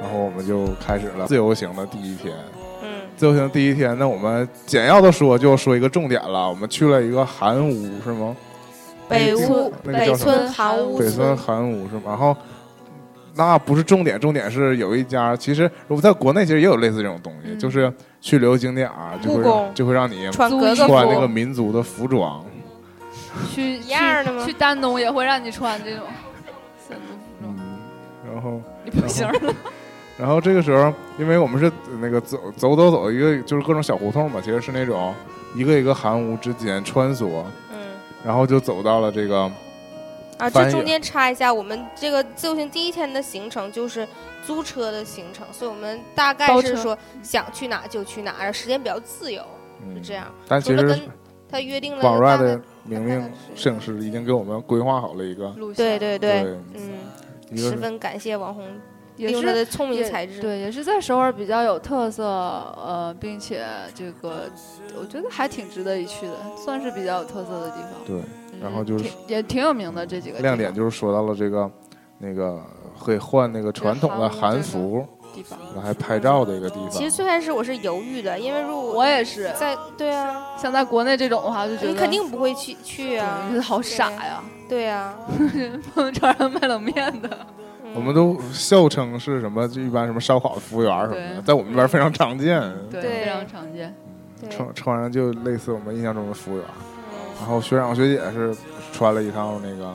然后我们就开始了自由行的第一天。嗯自由行第一天，那我们简要的说，就说一个重点了。我们去了一个韩屋，是吗？北屋屋、那个叫北什么村韩屋北村村，韩屋是吗？然后那不是重点，重点是有一家，其实我在国内其实也有类似这种东西，嗯就是去旅游景点儿就故会宫就会让你穿租格格一服，穿那个民族的服装，去一样的吗去去丹东也会让你穿这种森林服装，嗯，然后你不行了，然后这个时候，因为我们是那个走走走走一个就是各种小胡同嘛，其实是那种一个一个韩屋之间穿梭，嗯然后就走到了这个啊，翻这译中间插一下，我们这个自由行第一天的行程就是租车的行程，所以我们大概包是车说想去哪就去哪，然后时间比较自由，嗯是这样。但除其了实跟他约定了网帅大概的明明摄影师已经给我们规划好了一个路线对对对，对嗯，一个十是分感谢王红也利用他是的聪明也才智，对，也是在首尔比较有特色，呃，并且这个我觉得还挺值得一去的，算是比较有特色的地方。对，嗯然后就是挺也挺有名的这几个地亮方点就是说到了这个那个可以换那个传统的韩服地方。然后还拍照的一个地方。其实最开始我是犹豫的，因为如果我也是，在对啊，像在国内这种的话，就觉得你肯定不会去去对啊觉，得好傻呀，对啊，朋友圈上卖冷面的，嗯我们都笑称是什么，就一般什么烧烤服务员什么的，对在我们这边非常常见。对非常常见。对穿穿上就类似我们印象中的服务员。然嗯后学长学姐是穿了一套那个，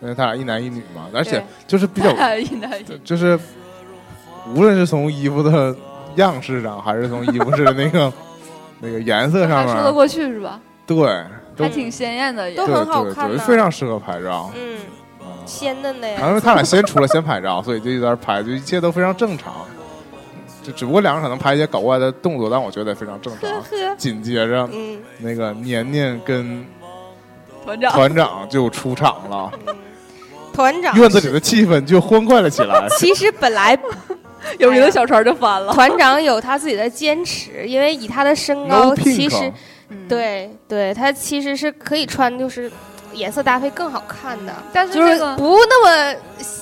因为他俩一男一女嘛，而且对就是比较太 一男一对就是无论是从衣服的样式上，还是从衣服的那 个那个颜色上还说得面，过去是吧？对，都还挺鲜艳的也，都对很好对看对，呢非常适合拍照。嗯，嗯鲜嫩的然后因呀，为他俩先出来先拍照，所以就一直在那拍，就一切都非常正常。就只不过两个人可能拍一些搞怪的动作，但我觉得也非常正常 呵。呵，紧接着，嗯那个年年跟团长团长就出场了，嗯，团长。院子里的气氛就欢快了起来 其实本来 有啊一个小船就翻了。团长有他自己的坚持，因为以他的身 No 高，啊其实 pink，哦嗯，对对，他其实是可以穿就是颜色搭配更好看的，嗯但是就这是啊个。不那么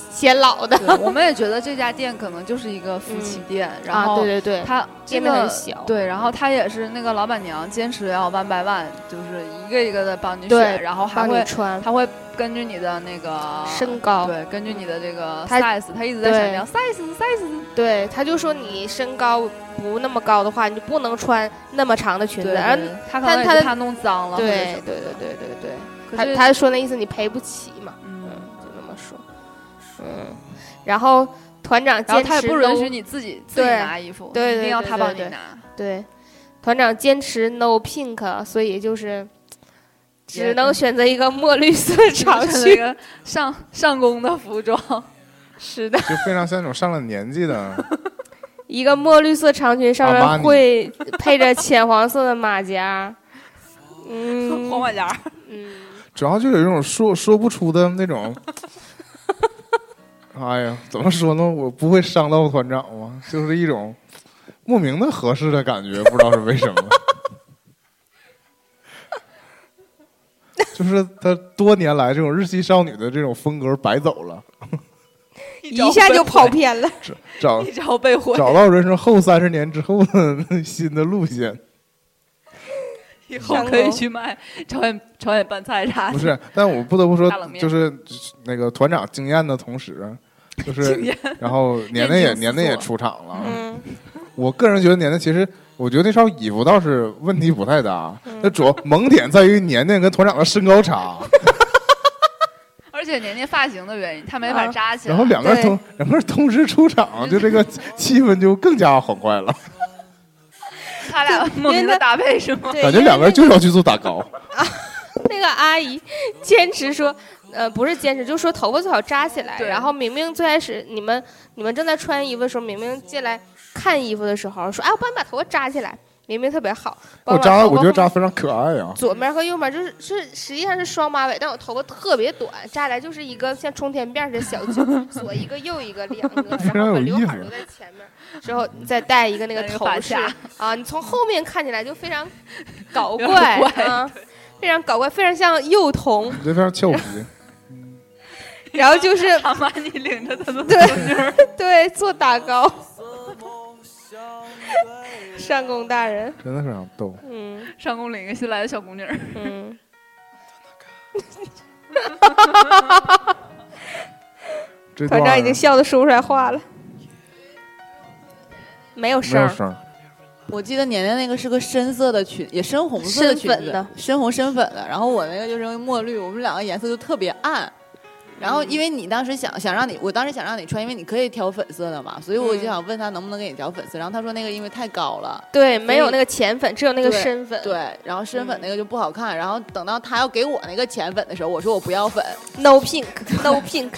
显老的。对，我们也觉得这家店可能就是一 个夫妻店，然嗯后啊对对对，它界这面个很小对，然后它也是那个老板娘坚持要 one by one，就是一个一个的帮你对选，然后还帮你会穿啊它会根据你的那个身高，对，根据你的这个它 size，它一直在对强调 size size，对，他就说你身高不那么高的话，你就不能穿那么长的裙对子。对，然后对它可但能也它是的怕弄脏了，对对对对对对对他可是他说那意思你赔不起嘛，嗯嗯，，就那么说，嗯，然后团长然后坚他持也不允 no- 许你自己自己对拿衣服，对一定对要对他对帮你对拿，对，团长坚持 no pink，所以就是只也嗯能选择一个墨绿色长穿那裙。个上上工的服装，是的，就非常像那种上了年纪的，一个墨绿色长裙上阿玛面尼会配着浅黄色的马 甲。嗯黄马甲， 嗯，主要就有一种说说不出的那种。哎呀，怎么说呢？我不会伤到团长吗？就是一种莫名的合适的感觉，不知道是为什么。就是他多年来这种日系少女的这种风格白走了，一下就跑偏了。找 一招被毁，找到人生后三十年之后的新的路线。以后可以去卖朝鲜朝鲜拌菜啊啥的。不是，但我不得不说大冷，面就是那个团长惊艳的同时，就经是验，然后年 年也艳惊四座年年也出场了。嗯，我个人觉得年年其实，我觉得那套衣服倒是问题不太大嗯，那主要萌点在于年年跟团长的身高 差，而且年年发型的原因，他没法啊扎起来。然后两个人同两个人同时出 场，就这个气氛就更加欢快了，他俩莫名的搭配是吗？对，感觉因为两个人就是要去做打高。 那个阿姨坚持说，呃，不是坚持，就说头发最好扎起来。对然后明明最开始你们你们正在穿衣服的时候，明明进来看衣服的时候说，哎，我帮你把头发扎起来，明明特别好。我扎，我觉得扎。非常可爱啊。左面和右面就是是实际上是双马尾，但我头发特别短，扎起来就是一个像冲天辫儿似的小揪，左一个右一个两个，非常然后把有刘意海思留在前面，之后再戴一个那个戴一个头发饰卡啊，你从后面看起来就非常搞有点怪怪啊，非常搞怪，非常像幼童。你这非常俏皮，然后就是阿玛尼领着他的对对做打糕， 上宫大人，真的非常逗。嗯上宫领一个新来的小宫女儿，嗯，这团段长儿已经笑的说不出来话了，没有没声有儿，声儿，我记得年年那个是个深色的裙，也深红色深裙子，粉的深红深粉的。然后我那个就是用墨绿，我们两个颜色就特别暗。然后因为你当时想想让你，我当时想让你穿，因为你可以调粉色的嘛，所以我就嗯想问他能不能给你调粉色。然后他说那个因为太高了，对，没有所以那个浅粉，只有那个对深粉，对，然后深粉嗯那个就不好看。然后等到他要给我那个浅粉的时候，我说我不要粉， ，no pink，no pink，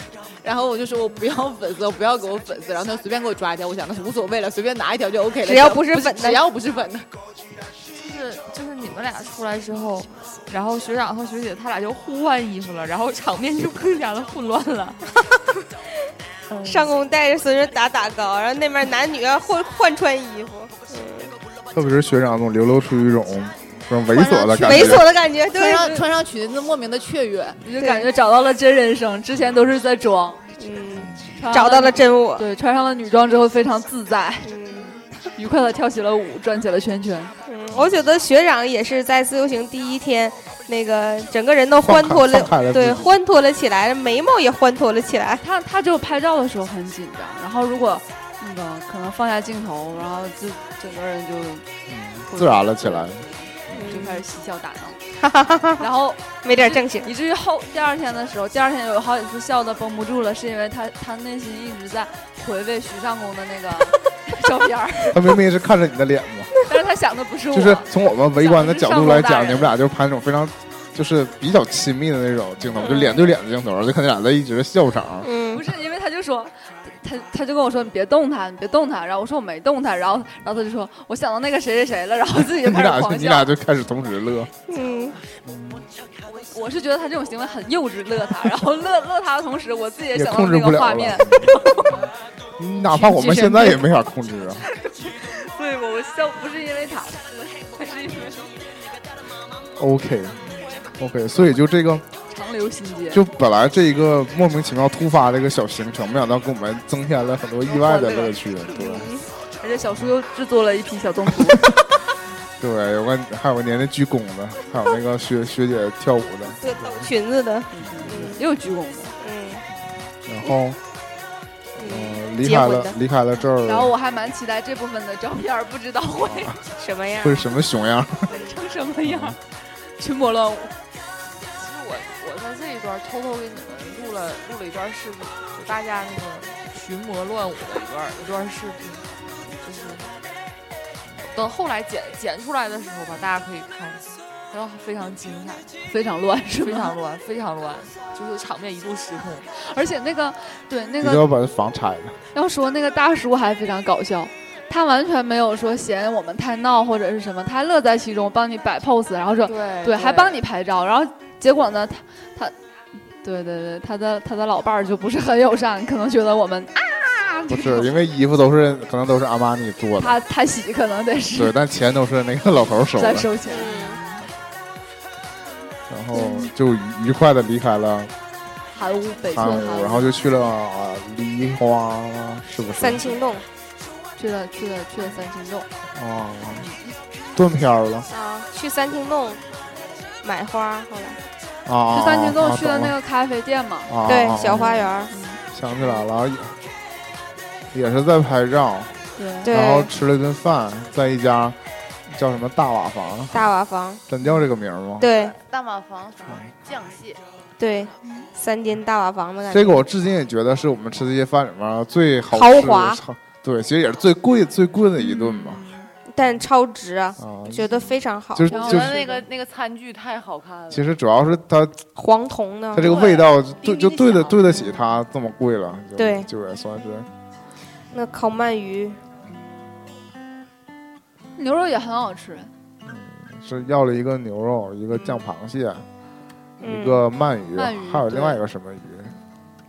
然后我就说我不要粉色，不要给我粉色。然后他随便给我抓一条，我想那是无所谓了，随便拿一条就 OK 了，只要不是粉的只要不是粉的。就是就是你们俩出来之后，然后学长和学姐他俩就互换衣服了，然后场面就更加的混乱了。上宫带着孙女打打糕，然后那边男女要啊换换穿衣服，特别是学长总流露出一种这种猥琐的感觉，猥琐的感觉，穿对，上穿上裙子，莫名的雀跃。你就感觉找到了真人生，之前都是在装，嗯，穿上找到了真我，对，穿上了女装之后非常自在， 嗯。愉快的跳起了舞，转起了圈圈。嗯，我觉得学长也是在自由行第一天，那个整个人都欢脱放开放开了自己对，欢脱了起来，眉毛也欢脱了起来。他他只有拍照的时候很紧张，然后如果那个可能放下镜头，然后就整个人就嗯自然了起来。就嗯，开始嬉笑打闹， 然后没点正形。以至于后第二天的时候，第二天有好几次笑的绷不住了，是因为他他内心一直在回味徐尚宫的那个 照片儿，他明明是看着你的脸嘛，但是他想的不是我，就是从我们围观的角度来讲，上头大人你们俩就是拍那种非常就是比较亲密的那种镜头，就脸对脸的镜头，就看你俩在一直笑场。嗯不，是因为他就说，他他就跟我说你别动他，你别动他，然后我说我没动他，然后然后他就说我想到那个谁谁谁了，然后自己 你就嗯开俩始就狂你俩笑。就开始同时乐，嗯，我是觉得他这种行为很幼稚，乐他，然后乐乐他的同时，我自己也也想到控那制不个了画了 面，嗯哪怕我们现在也没法控制啊。对我我笑不是因为他，我是因为 OK。OK，所以就这个，长留心间。就本来这一个莫名其妙突发的一个小行程，没想到给我们增添了很多意外的乐趣。对，而且小叔又制作了一批小动图，对，有个还有个年龄鞠躬的，还有那个学学姐跳舞的，对，抖裙子的，也有鞠躬的。嗯然后嗯，嗯，离结开婚了的离开了这然后儿我还蛮期待这部分的照片，不知道会什么样？会什么熊样？成什么样，群魔乱舞。其实我我在这一段偷偷给你们录了录了一段视频，就大家那个群魔乱舞的一段一段视频，就是等后来剪剪出来的时候吧，大家可以看，然后非常精彩。非常乱，是非常乱，非常乱，就是场面一度失控。而且那个，对那你就个要把房拆了。要说那个大叔还非常搞笑，他完全没有说嫌我们太闹或者是什么，他还乐在其中，帮你摆 pose，然后说对对，还帮你拍照，然后结果呢，他他。对对对，他的他的老伴儿就不是很友善，可能觉得我们啊，不是，因为衣服都是可能都是阿玛尼做的，他他洗可能 得对，是但钱都是那个老头收在的，收钱，嗯，然后就愉愉快的离开了韩屋北村韩韩屋，然后就去了啊梨花，啊是不是？三清洞去了去了去了三清洞，啊，断片儿了啊，去三清洞买花，后来啊啊！去啊三清洞啊去了懂那个咖啡店嘛，啊啊对啊小花园，想起来了，也也是在拍照，对对然后吃了一顿饭，在一家叫什么大瓦房，大瓦房，真叫这个名儿吗？对大马房什么酱蟹，对，三间大瓦房的感觉。这个我至今也觉觉得是我们吃这些饭里面最好豪吃的华超对，其实也是最贵最贵的一顿吧，但超值啊，啊，觉得非常好，就是然后就那是，个那个餐具太好看了。其实主要是它黄铜的它。这个味道对对就叮叮对得响对得起它这么贵了，就对就也算是那烤鳗鱼，牛肉也很好吃，是要了一个牛肉，一个酱螃蟹，嗯一个鳗鱼鳗，鱼还有对另外一个什么鱼，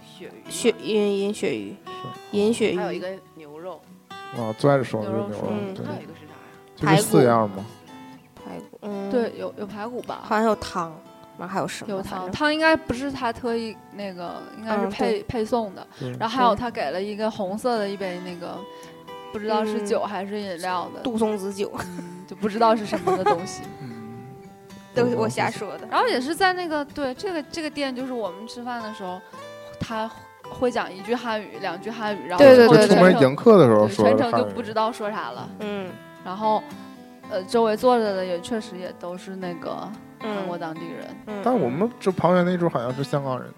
鳕鱼鳕银银鳕鱼，银鳕鱼，还有一个牛肉，啊，最爱说的就是牛肉牛是肉嗯，对还，有一个是啥呀？就排是骨四样嘛，排骨，嗯，对，有有排骨吧，好像有汤，然后还有什么？有反汤，正汤应该不是他特意那个，应该是嗯配、配送的。对然后还有他给了一个红色的一杯那个，不知道是嗯酒还是饮料的，杜松子酒，嗯就不知道是什么的东 西。嗯都杜松我子瞎酒说的。嗯然后也是在那个对这个这个店，就是我们吃饭的时候，他会讲一句汉语，两句汉语，然后对对最后对就对出全门程迎客的时候对说全的程汉就语不知道说啥了。嗯然后，呃，周围坐着的也确实也都是那个韩国嗯当地人，嗯，但是我们这旁边那桌好像是香港人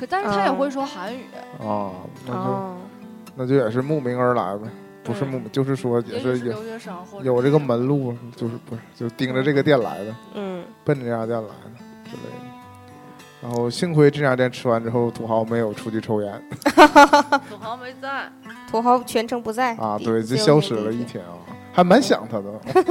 可但是他也嗯会说韩语，啊，那就、哦，嗯那就也是慕名而来呗，不是慕名，就是说也也许是是有留学生或者有这个是门路，就是不是就盯着这个店来的，嗯，奔着这家店来的之类的。然后幸亏这家店吃完之后，土豪没有出去抽烟土豪没在，土豪全程不在啊，地对，就自由消行失了地一铁。天啊，还蛮想他的。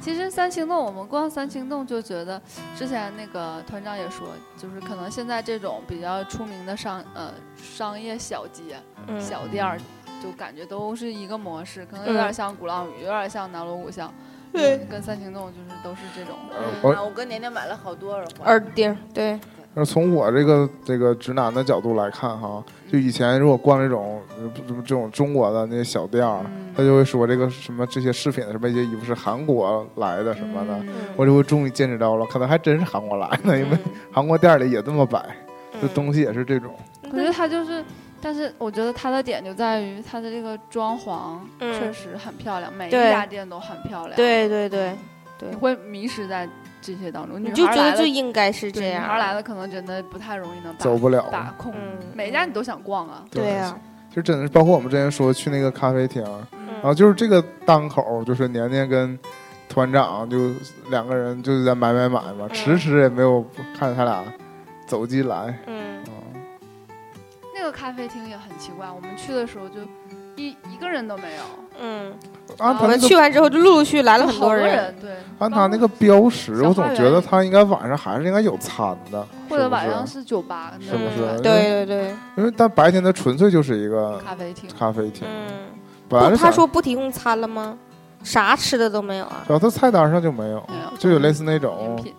其实三清洞，我们逛三清洞就觉得，之前那个团长也说，就是可能现在这种比较出名的商呃商业小街、嗯小店儿，就感觉都是一个模式，可能有点像鼓浪屿，有点像南锣鼓巷，嗯嗯对，跟三清洞就是都是这种。呃我嗯啊我跟年年买了好多耳环，耳钉，对，那从我这个这个直男的角度来看哈，就以前如果逛这种呃不这种中国的那些小店儿，嗯他就会说这个什么这些饰品啊什么一些衣服是韩国来的什么的，嗯我就会终于见识到了，可能还真是韩国来的，因为韩国店里也这么摆，这嗯东西也是这种。嗯我觉得它就是，但是我觉得它的点就在于它的这个装潢嗯确实很漂亮，每一对家店都很漂亮。，对对对，你会迷失在这些当中。你女就孩觉儿得来了就应该是对这样女孩儿来了可能真的不太容易能把走不了把控。嗯每家你都想逛啊，对啊，其实真的是，包括我们之前说去那个咖啡厅，然后嗯就是这个档口，就是年年跟团长就两个人就是在买买买嘛，嗯迟迟也没有看他俩走进来啊。嗯那个咖啡厅也很奇怪，我们去的时候就一一个人都没有，嗯，安啊排我那们个去完之后就陆陆续续来了就很好多多人，人，对，按他那个标识，嗯小我总花园觉得他应该晚上还是应该有餐的，或者是不晚是上是酒吧，是那不种是嗯感觉对对对，因为但白天它纯粹就是一个咖啡厅，咖啡厅。嗯，本来是不他想，说不提供餐了吗？啥吃的都没有啊？然后它菜单上就没有没有，就有类似那饮种品。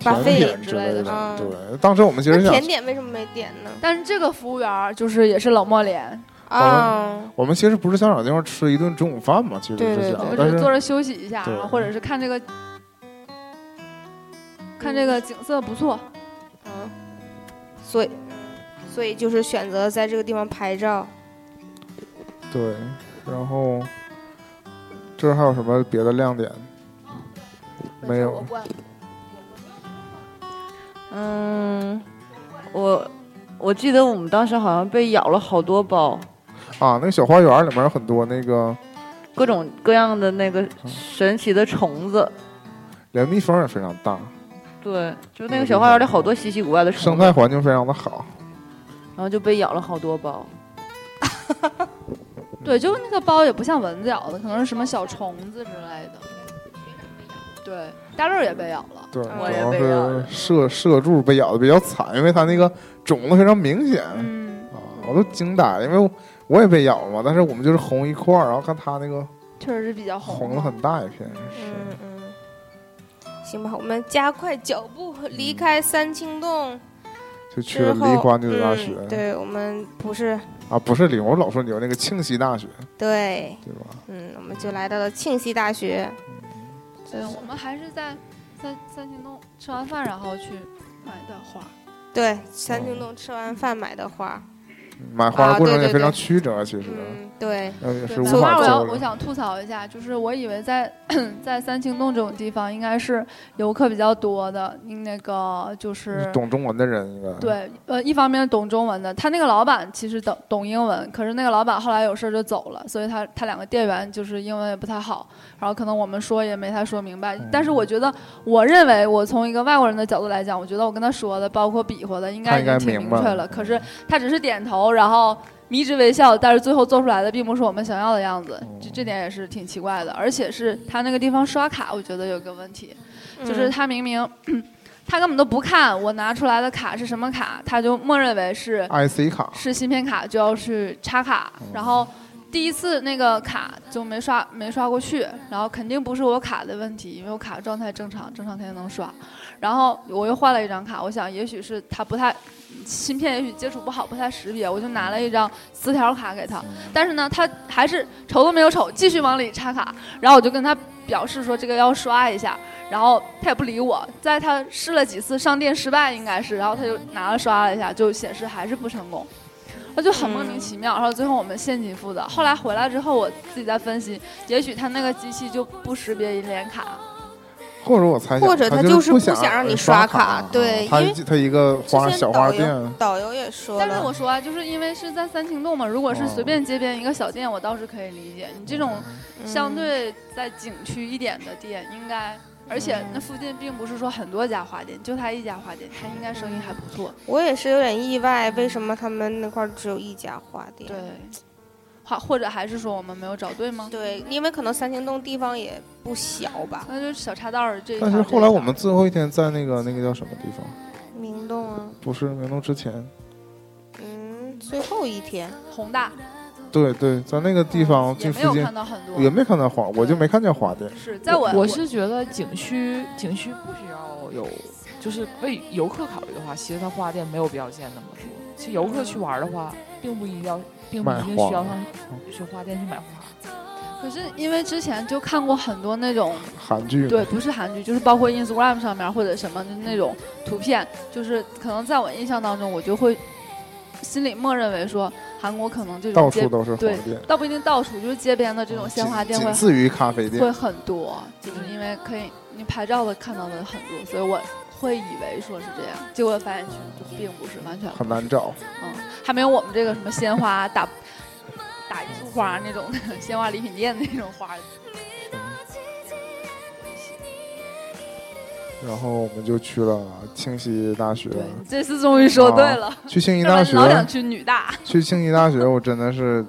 甜 buffet 品之类之类的的嗯。对，当时我们其实那想甜点为什么没点呢？但是这个服务员儿就是也是冷漠脸，啊，我们其实不是想找地方吃一顿中午饭嘛，其实对是对想哦对，我们只但是是坐着休息一下，对然后或者是看这个看这个景色不错，嗯，所以所以就是选择在这个地方拍照，对，然后这儿还有什么别的亮点？没有，嗯，我我记得我们当时好像被咬了好多包，啊，那个小花园里面有很多那个，各种各样的那个神奇的虫子。连蜜蜂也非常大，对，就那个小花园里好多稀奇古怪的虫生子，态环境非常的好。然后就被咬了好多包。嗯对，就那个包也不像蚊子咬的，可能是什么小虫子之类的。对，大乐也被咬了。对，主我也要被咬了是射射柱被咬的比较惨，因为它那个肿的非常明显、嗯，啊，我都惊呆了，因为我我也被咬了嘛，但是我们就是红一块儿，然后看它那个确实是比较红红嘛了很大一片，嗯嗯，行吧，我们加快脚步离开三清洞是就去之了后，梨花女子大嗯学、对我们不是啊，不是梨花，我老说你有那个庆熙大学对，对吧？嗯，我们就来到了庆熙大学，对，我们还是在在三清洞吃完饭，然后去买的花。对，三清洞吃完饭买的花，买花啊的过程对也非对对常曲折，其实。嗯，对，呃，也是无买法花我要交流。我想吐槽一下，就是我以为在 在三清洞这种地方应该是游客比较多的，那个就是懂中文的人应该，对，呃，一方面懂中文的，他那个老板其实懂懂英文，可是那个老板后来有事儿就走了，所以他他两个店员就是英文也不太好，然后可能我们说也没太说明白。嗯但是我觉得，我认为我从一个外国人的角度来讲，我觉得我跟他说的，包括比划的，应他该已应该经挺明明白嗯确了。可是他只是点头，然后迷之微笑，但是最后做出来的并不是我们想要的样子，哦这这点也是挺奇怪的。而且是他那个地方刷卡，我觉得有个问题。就是嗯他明明他根本都不看我拿出来的卡是什哦么卡，他就默认为是 IC 卡是芯片卡，就要去插卡，然后第一次那个卡就没刷没刷过去，然后肯定不是我卡的问题，因为我卡状态正常，正常肯定能刷。然后我又换了一张卡，我想也许是他不太嗯芯片，也许接触不好，不太识别，我就拿了一张磁条卡给他。但是呢，他还是瞅都没有瞅，继续往里插卡。然后我就跟他表示说这个要刷一下，然后他也不理我。在他试了几次上电失败应该是，然后他就拿了刷了一下，就显示还是不成功。他就很莫名其妙，然后最后我们现金付的。后来回来之后，我自己在分析，也许他那个机器就不识别银联卡，或者我猜想，或者他他就是不不想呃想让你刷刷啊卡对他因为他一个花之前小花导店，游导游也说但是了哦我，说啊，就是因为是在三清洞嘛，如果是随便街边一个小店，我倒是可以理解。你这种嗯相对在景区一点的店，应该，而且那附近并不是说很多家花店，就他一家花店，他应该生意还不错。我也是有点意外，为什么他们那块儿只有一家花店？对，或或者还是说我们没有找对吗？对，因为可能三清洞地方也不小吧，那就是小岔道儿这一条。但是这后一来条我们最后一天在那个那个叫什么地方？明洞啊，不是明洞之前，嗯，最后一天，宏大对对，在那个地方也这没附有近看到很也多，没看到花，我就没看见花店。是在我我是觉得景区景区不需要有，就是为游客考虑的话，其实它花店没有必要建那么多。其实游客去玩的话，并不一定要，并不买一定花需要上去花店去买花。可是因为之前就看过很多那种韩剧嘛对，不是韩剧，就是包括 Instagram 上面或者什么就是那种图片，就是可能在我印象当中，我就会心里默认为说韩国可能这到种处街，都是花对店，倒不一定到处，就是街边的这嗯种鲜花店仅会仅次于咖啡会店。很多，就是因为可以你拍照的看到的很多，所以我会以为说是这样，结果发现其实就并不是，完全很难找，嗯，还没有我们这个什么鲜花打打一束花那种鲜花礼品店那种花。然后我们就去了清溪大学。对，你这次终于说对 了，去清溪要不啊大然学，老想去女大。去清溪大学，我真的是，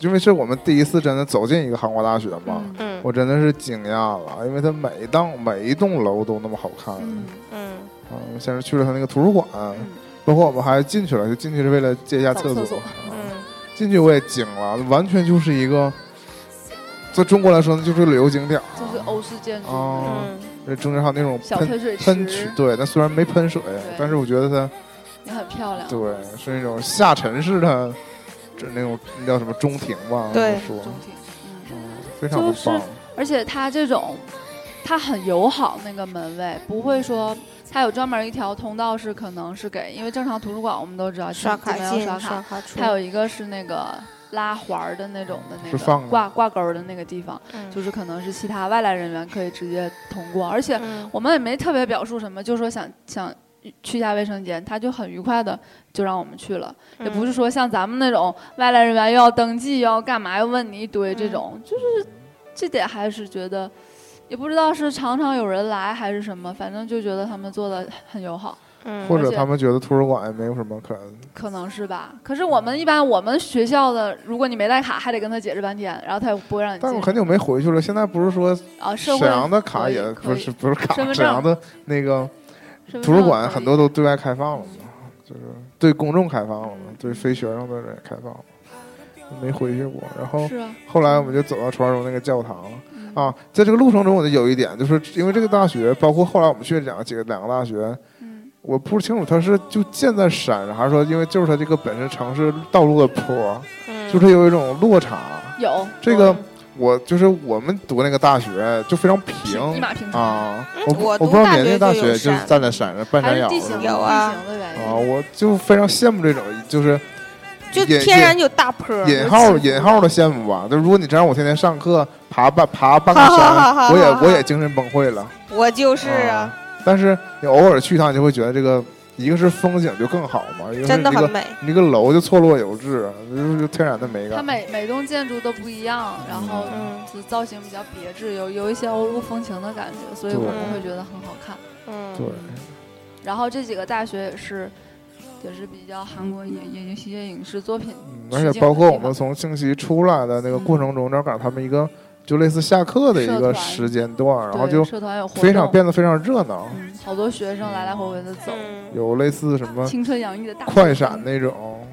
因为是我们第一次真的走进一个韩国大学嘛，嗯嗯我真的是惊讶了，因为它每一档每一栋楼都那么好看。嗯嗯，啊，我们先是去了它那个图书馆，包括我们还进去了，就进去是为了借一下厕扫厕所啊嗯进去我也惊了，完全就是一个，在中国来说那就是旅游景点儿啊，就是欧式建筑，啊，嗯，这中间还有那种小喷喷水喷泉池，对，但虽然没喷水，但是我觉得它。也很漂亮。对，是那种下沉式的，这那种那叫什么中庭吧？对说中庭，嗯，嗯非常的就是棒。而且它这种，它很友好那个门卫，不会说它有专门一条通道是可能是给，因为正常图书馆我们都知道刷卡进门进要刷刷卡，卡出，它有一个是那个拉环儿的那种的那是放个挂挂钩儿的那个地方，嗯就是可能是其他外来人员可以直接通过，而且嗯我们也没特别表述什么，就说想想去一下卫生间，他就很愉快的就让我们去了，也不嗯是说像咱们那种外来人员又要登记又要干嘛，又问你一堆这种，就是这点还是觉得。也不知道是常常有人来还是什么，反正就觉得他们做的很友好，嗯或者而且他们觉得图书馆也没有什么可，可能是吧。可是我们一般我们学校的，如果你没带卡，还得跟他解释半天，然后他也不会让你但我进。很久没回去了。现在不是说啊，社沈会阳的卡可以也可不以是不是卡身，份沈阳证的那个身份图书证馆可以很多都对外开放了嘛，就是对公众开放了嘛，对非学生的人也开放了，没回去过。然后是啊，后来我们就走到传说中那个教堂嗯啊，在这个路程中，我就有一点，就是因为这个大学，包括后来我们去两几个两个大学，嗯，我不清楚它是就建在山上，还是说因为就是它这个本身城市道路的坡，嗯就是有一种落差。有这个我就是我们读那个大学就非常平一马平川。啊，我不我不读知道大缅甸学大就有学就是山站在山上半还山是腰地形上有啊地形的原因啊，我就非常羡慕这种就是就也天然有大坡儿，引号引号的羡慕吧。就如果你真让我天天上课爬半爬半个好好好山，好我也好我也精神崩溃了。我就是啊，啊，但是你偶尔去一趟，你就会觉得这个一个是风景就更好嘛，一个是真的这很个美，你这个楼就错落有致，啊就是天然的美它感。每每栋建筑都不一样，然后嗯就造型比较别致，有有一些欧陆风情的感觉，所以我们对会觉得很好看。嗯，对，然后这几个大学也是，也是比较韩国影影一些影视作品嗯，取景的地方，而且包括我们从庆溪出来的那个过程中，嗯正好赶上他们一个就类似下课的一社个团时间段，然后对就社团有活动，非常变得非常热闹，嗯，好多学生来来回回的走，嗯有类似什么青春洋溢的大快闪那种，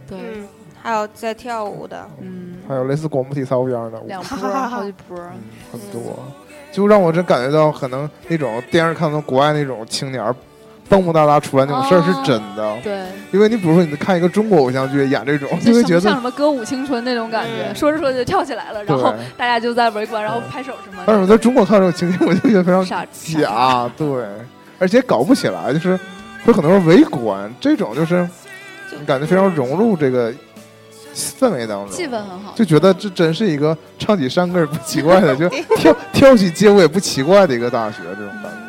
对，嗯，还有在跳舞的，嗯，还有类似广播体操一样的舞，两波儿好几波儿。嗯，很多，就让我真感觉到，可能那种电视看到国外那种青年儿蹦蹦哒哒出来那种事儿哦是真的，对，因为你比如说你看一个中国偶像剧演这种，就就会什么觉像得什么歌舞青春那种感觉，嗯说着说着就跳起来了，对然。后大家就在围观，然后嗯拍手什么但是我在的。中国看这种情景，我就觉得非常傻傻，假，对，而且搞不起来，就是会很多人围观，这种就是你感觉非常融入这个氛围当中，气氛很好。就觉得这真是一个唱起山歌也不奇怪的， 就跳跳起街舞也不奇怪的一个大学，这种感觉。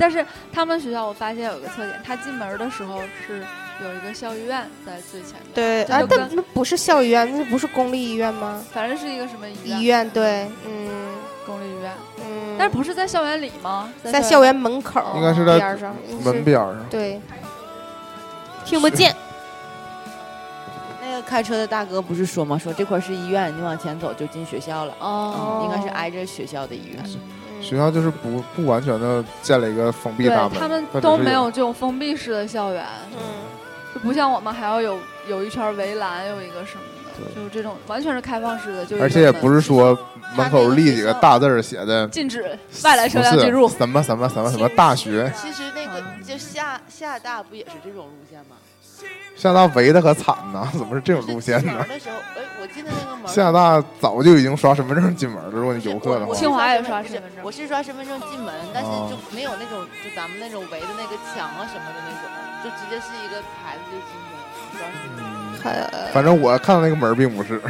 但是他们学校我发现有一个特点，他进门的时候是有一个校医院在最前面，对这啊就，跟但那不是校医院，那不是公立医院吗？反正是一个什么医医院，院对，嗯公立医院，嗯，但是不是在校园里吗？在校园门口应该是在边儿上，嗯应该是门边儿上，对，听不见。那个开车的大哥不是说吗？说这块是医院，你往前走就进学校了，嗯哦，应该是挨着学校的医院。嗯学校就是不不完全的建了一个封闭对大门，他们它只都是没有这种封闭式的校园，嗯，就不像我们还要有有一圈围栏，有一个什么的，对就是这种完全是开放式的，就而且也不是是说门口立几个大字儿写 的禁止外来车辆不是进入。什么什么什么 什么大学，其实那个就厦厦大不也是这种路线吗？厦大围的可惨呐，怎么是这种路线 呢？的时候，哎，我记得那个门厦大早就已经刷身份证进门了，如果你游客的话我，清华也刷身份证我是刷身份证进门，但是哦就没有那种就咱们那种围的那个墙啊什么的那种，就直接是一个牌子就进去了，不知道是不是还反正我看到那个门儿并不是。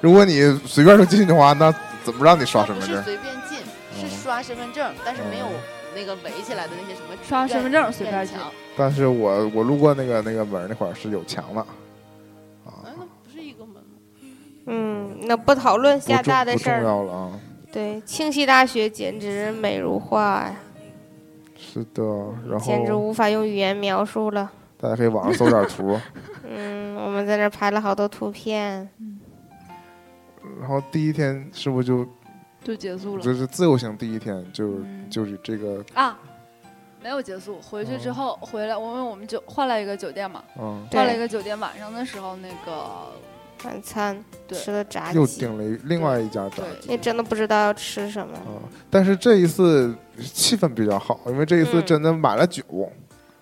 如果你随便就进去的话，那怎么让你刷身份不是证？随便进，是嗯刷身份证，但是没有嗯那个围起来的那些什么刷身份证随便进墙，但是我我路过那个那个门儿那块儿是有墙的，啊，哎，那不是一个门吗？嗯，那不讨论不厦重大的不事重儿。要了啊。对，清溪大学简直美如画呀，是的，然简直后无法用语言描述了。大家可以网上搜点 图。嗯，我们在那儿拍了好多图片。然后第一天是不是就就结束了就是自由行第一天就嗯就是这个啊，没有结束。回去之后回来，我们我们就换了一个酒店嘛，嗯，换了一对，个酒店。晚上的时候，那个晚餐对吃的炸又鸡，订了一另外一家炸鸡那真的不知道要吃什么啊。，但是这一次气氛比较好，因为这一次嗯真的买了酒，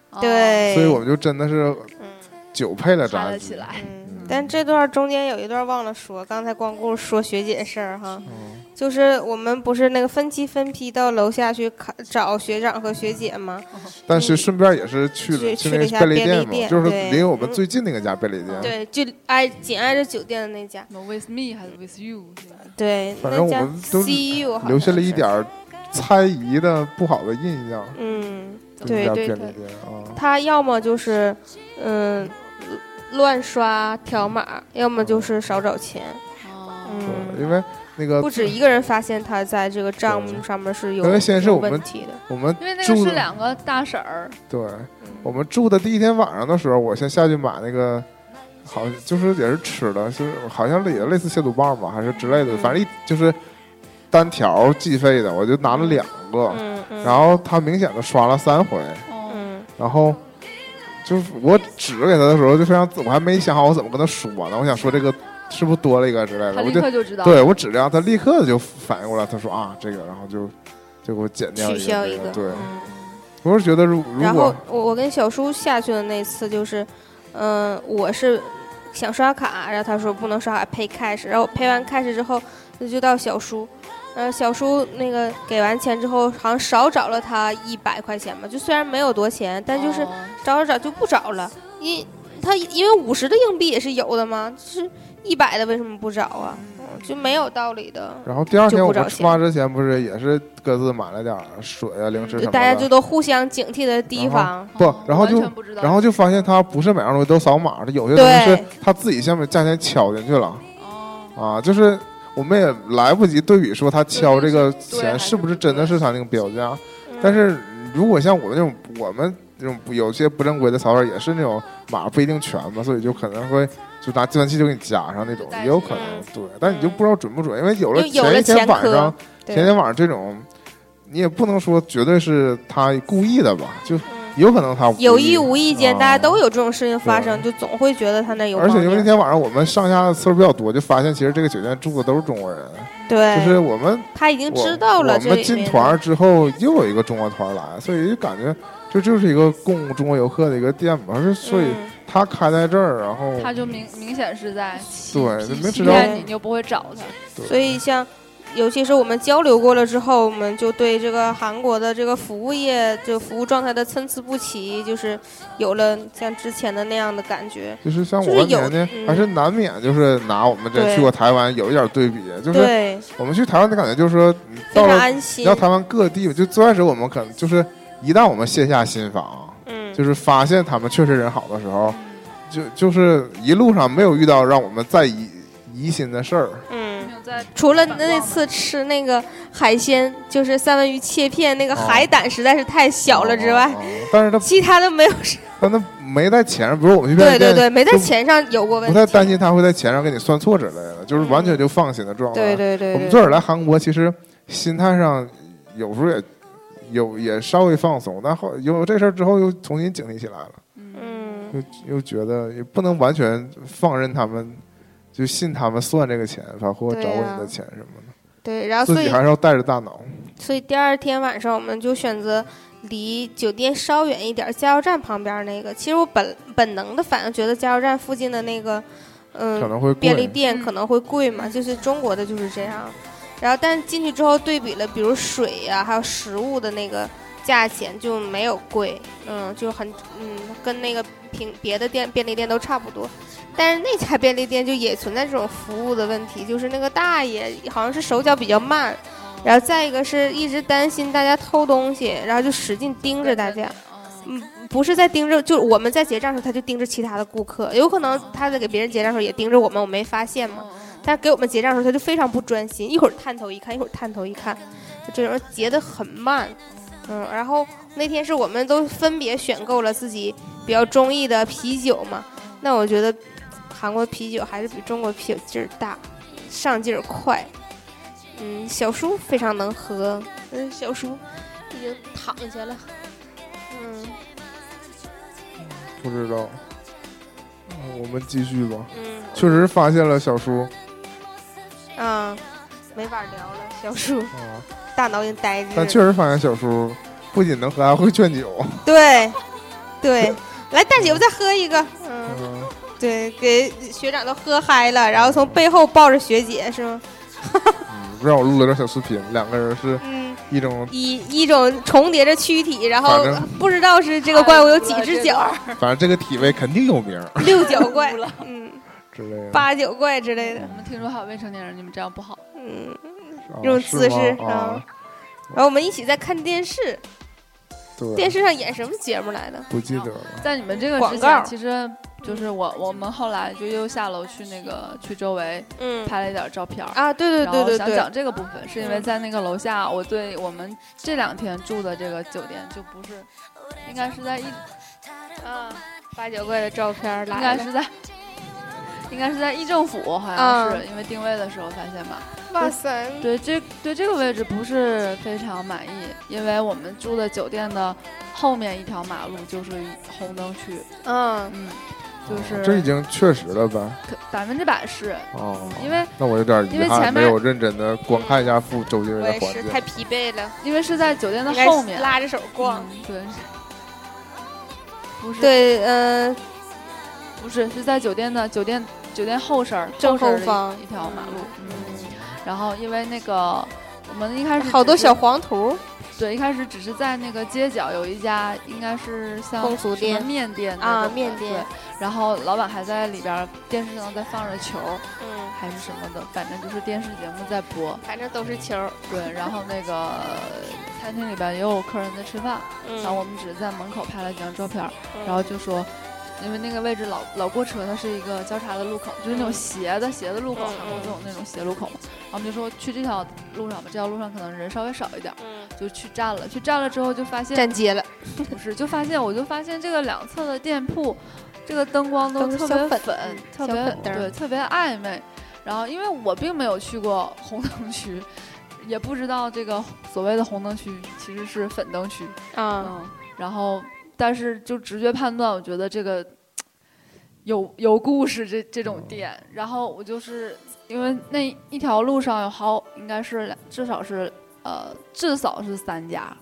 哦，对，所以我们就真的是嗯酒配了嗨炸了鸡起。来。嗯，但这段中间有一段忘了说，刚才光顾说学姐事儿哈，嗯，就是我们不是那个分期分批到楼下去看找学长和学姐吗？但是顺便也是去了去去去了那一下便利便利嘛，店就是对离我们嗯最近那个家便利店。对，就挨紧挨着酒店的那家，什么 with me 还是 with you？是吧对，反正那家我们都 CU 好像留下了一是点儿猜疑的不好的印象。嗯，这对家对便利对店啊，他要么就是嗯乱刷条码，要么就是少找钱， 哦，嗯对，嗯。因为那个不止一个人发现他在这个账对目上面是有因为先是有我们问题的，我们因为那个住是的两个大婶儿，对，我们住的第一天晚上的时候，我先下去买那个，好就是也是吃的，就是好像也类似蟹肚棒吧，还是之类的，嗯反正一就是单条计费的，我就拿了两个，嗯嗯，然后他明显的刷了三回，哦，嗯然后。就是我指给他的时候，就非常自，我还没想好我怎么跟他说呢。我想说这个是不是多了一个之类他的，我立就刻就知道。对我指着他，立刻就反应过来，他说啊这个，然后就就给我剪掉取消一一个，个这个。对，嗯我是觉得如如然果后我我跟小叔下去的那次就是，嗯、我是想刷卡，然后他说不能刷卡，pay cash。然后我 pay 完 cash 之后，那就到小叔，然后小叔那个给完钱之后，好像少找了他一百块钱吧，就虽然没有多钱，但就是哦找找找就不找了。因他因为五十的硬币也是有的嘛，就是一百的为什么不找啊？嗯就没有道理的。然后第二天就我不找们出发之前，不是也是各自买了点儿水啊、零食什就么的，大家就都互相警惕的提然后防，嗯不，然后哦完就全不知道然后就发现他不是每样东西都扫码的，有些东西对是他自己先把价钱敲进去了哦，啊，就是我们也来不及对比说他敲这个钱还是是不是不真的对是他那个标价，嗯但是如果像我们这种我们这种不有些不正规的扫码也是那种码不一定全嘛，所以就可能会。就拿计算器就给你加上那种就，带也有进可能嗯对，但你就不知道准不准，因为有了因为有了前一天前晚科上，对前天晚上这种，你也不能说绝对是他故意的吧？就嗯有可能他有意无意间，大家啊都有这种事情发生，就总会觉得他那有而且因为那猫腻天晚上我们上下的次数比较多，就发现其实这个酒店住的都是中国人，就对，是我们他已经我知道了我这们里进面的团儿之后又有一个中国团儿来，所以就感觉这就是一个供中国游客的一个店嘛，是所以嗯他开在这儿，然后他就明明显是在欺对欺没欺知道骗你，你又不会找他。所以像，尤其是我们交流过了之后，我们就对这个韩国的这个服务业就服务状态的参差不齐，就是有了像之前的那样的感觉。就是像就我是们有年纪嗯还是难免就是拿我们这对去过台湾有一点对比，就是对，我们去台湾的感觉就是说嗯非到常了安心。到台湾各地，就最开始我们可能就是一旦我们卸下心防，嗯，就是发现他们确实人好的时候，就就是一路上没有遇到让我们再疑疑心的事儿。嗯没。有在除了那次吃那个海鲜，就是三文鱼切片那个海胆实在是太小了之外，哦，但是他其他的没有什么。但他没在钱上，比如我们去便利对对店，对，没在就钱上有过问不太题。嗯担心他会在钱上给你算错之类的，就是完全就放心的状态。对对对我们对自个对，儿来韩国，其实心态上有时候也有也稍微放松，但后有这事儿之后又重新经历起来了，嗯，又又觉得也不能完全放任他们，就信他们算这个钱，包括对找过啊你的钱什么的，对，然后自所己以还是要带着大脑。所以第二天晚上我们就选择离酒店稍远一点儿，加油站旁边儿那个。其实我本本能的反应觉得加油站附近的那个，嗯、可能会便利贵，店可能会贵嘛，就是中国的就是这样。然后，但是进去之后对比了，比如水呀、还有食物的那个价钱就没有贵，嗯，就很嗯，跟那个平别的店便利店都差不多。但是那家便利店就也存在这种服务的问题，就是那个大爷好像是手脚比较慢，然后再一个是一直担心大家偷东西，然后就使劲盯着大家。嗯，不是在盯着，就是我们在结账的时候，他就盯着其他的顾客，有可能他在给别人结账的时候也盯着我们，我没发现嘛。但给我们结账的时候，他就非常不专心，一会儿探头一看，一会儿探头一看，就这种结得很慢。嗯，然后那天是我们都分别选购了自己比较中意的啤酒嘛，那我觉得韩国啤酒还是比中国啤酒劲儿大，上劲儿快。嗯，小叔非常能喝，嗯，小叔已经躺下了，嗯。不知道。嗯我们继续吧。嗯确实发现了小叔啊，没法聊了，小叔啊，大脑已经呆滞但确了。实发现小叔不仅能喝，还会劝酒。对，对，来大姐夫再喝一个。嗯，嗯，对，给学长都喝嗨了，然后从背后抱着学姐是吗？嗯让我录了段小视频，两个人是嗯，一种，一一种重叠着躯体，然反后正不知道是哎这个怪物有几只脚，反正这个体位肯定有名儿六脚 怪，嗯， 之类 的。八脚怪之类的，我们听说还有未成年人，你们这样不好。嗯。啊这种是姿吗势嗯啊，然后我们一起在看电视，对，电视上演什么节目来的？不记得了。在你们这个广之告前，其实就是我我们后来就又下楼去那个去周围嗯拍了一点照片儿。啊，对对然对后对想对，讲这个部分，是因为在那个楼下，我对我们这两天住的这个酒店就不是，应该是在一，应嗯啊，八九怪的照片来该了，是在，应该是在一政府，好嗯像是因为定位的时候发现吧。哇塞，对这对这个位置不是非常满意，因为我们住的酒店的后面一条马路就是红灯区，嗯，嗯，就是哦啊这已经确实了呗。可百分之百是，哦，因为那我有点因遗为憾，前面没有认真的观看一下附周杰伦我的也环是境啊太。疲惫了，因为是在酒店的应该后面，拉着手逛。嗯对，不是对，嗯、不是是在酒店的酒店酒店后身儿正后身后儿的一方一条马路，嗯，然后因为那个我们一开始好多只是小黄图，对，一开始只是在那个街角有一家，应该是像风俗什么店面店啊那种的面店对，然后老板还在里边儿，电视上在放着球儿嗯，还是什么的，反正就是电视节目在播。反正都是球，对，然后那个餐厅里边也有客人在吃饭，然后嗯，我们只是在门口拍了几张照片儿，然后就说。因为那个位置老老过车，它是一个交叉的路口，就是那种斜的斜的路口，嗯韩国嗯这种那种斜路口嘛。然后我们就说去这条路上吧，这条路上可能人稍微少一点儿，嗯，就去站了。去站了之后就发现站街了，不是，就发现我就发现这个两侧的店铺，这个灯光都都是特小别粉粉，嗯特小别粉灯儿对，特别暧昧。然后因为我并没有去过红灯区，也不知道这个所谓的红灯区其实是粉灯区，啊、嗯，然后但是就直觉判断，我觉得这个有有故事这这种店。然后我就是因为那一条路上有好，应该是两至少是呃至少是三家，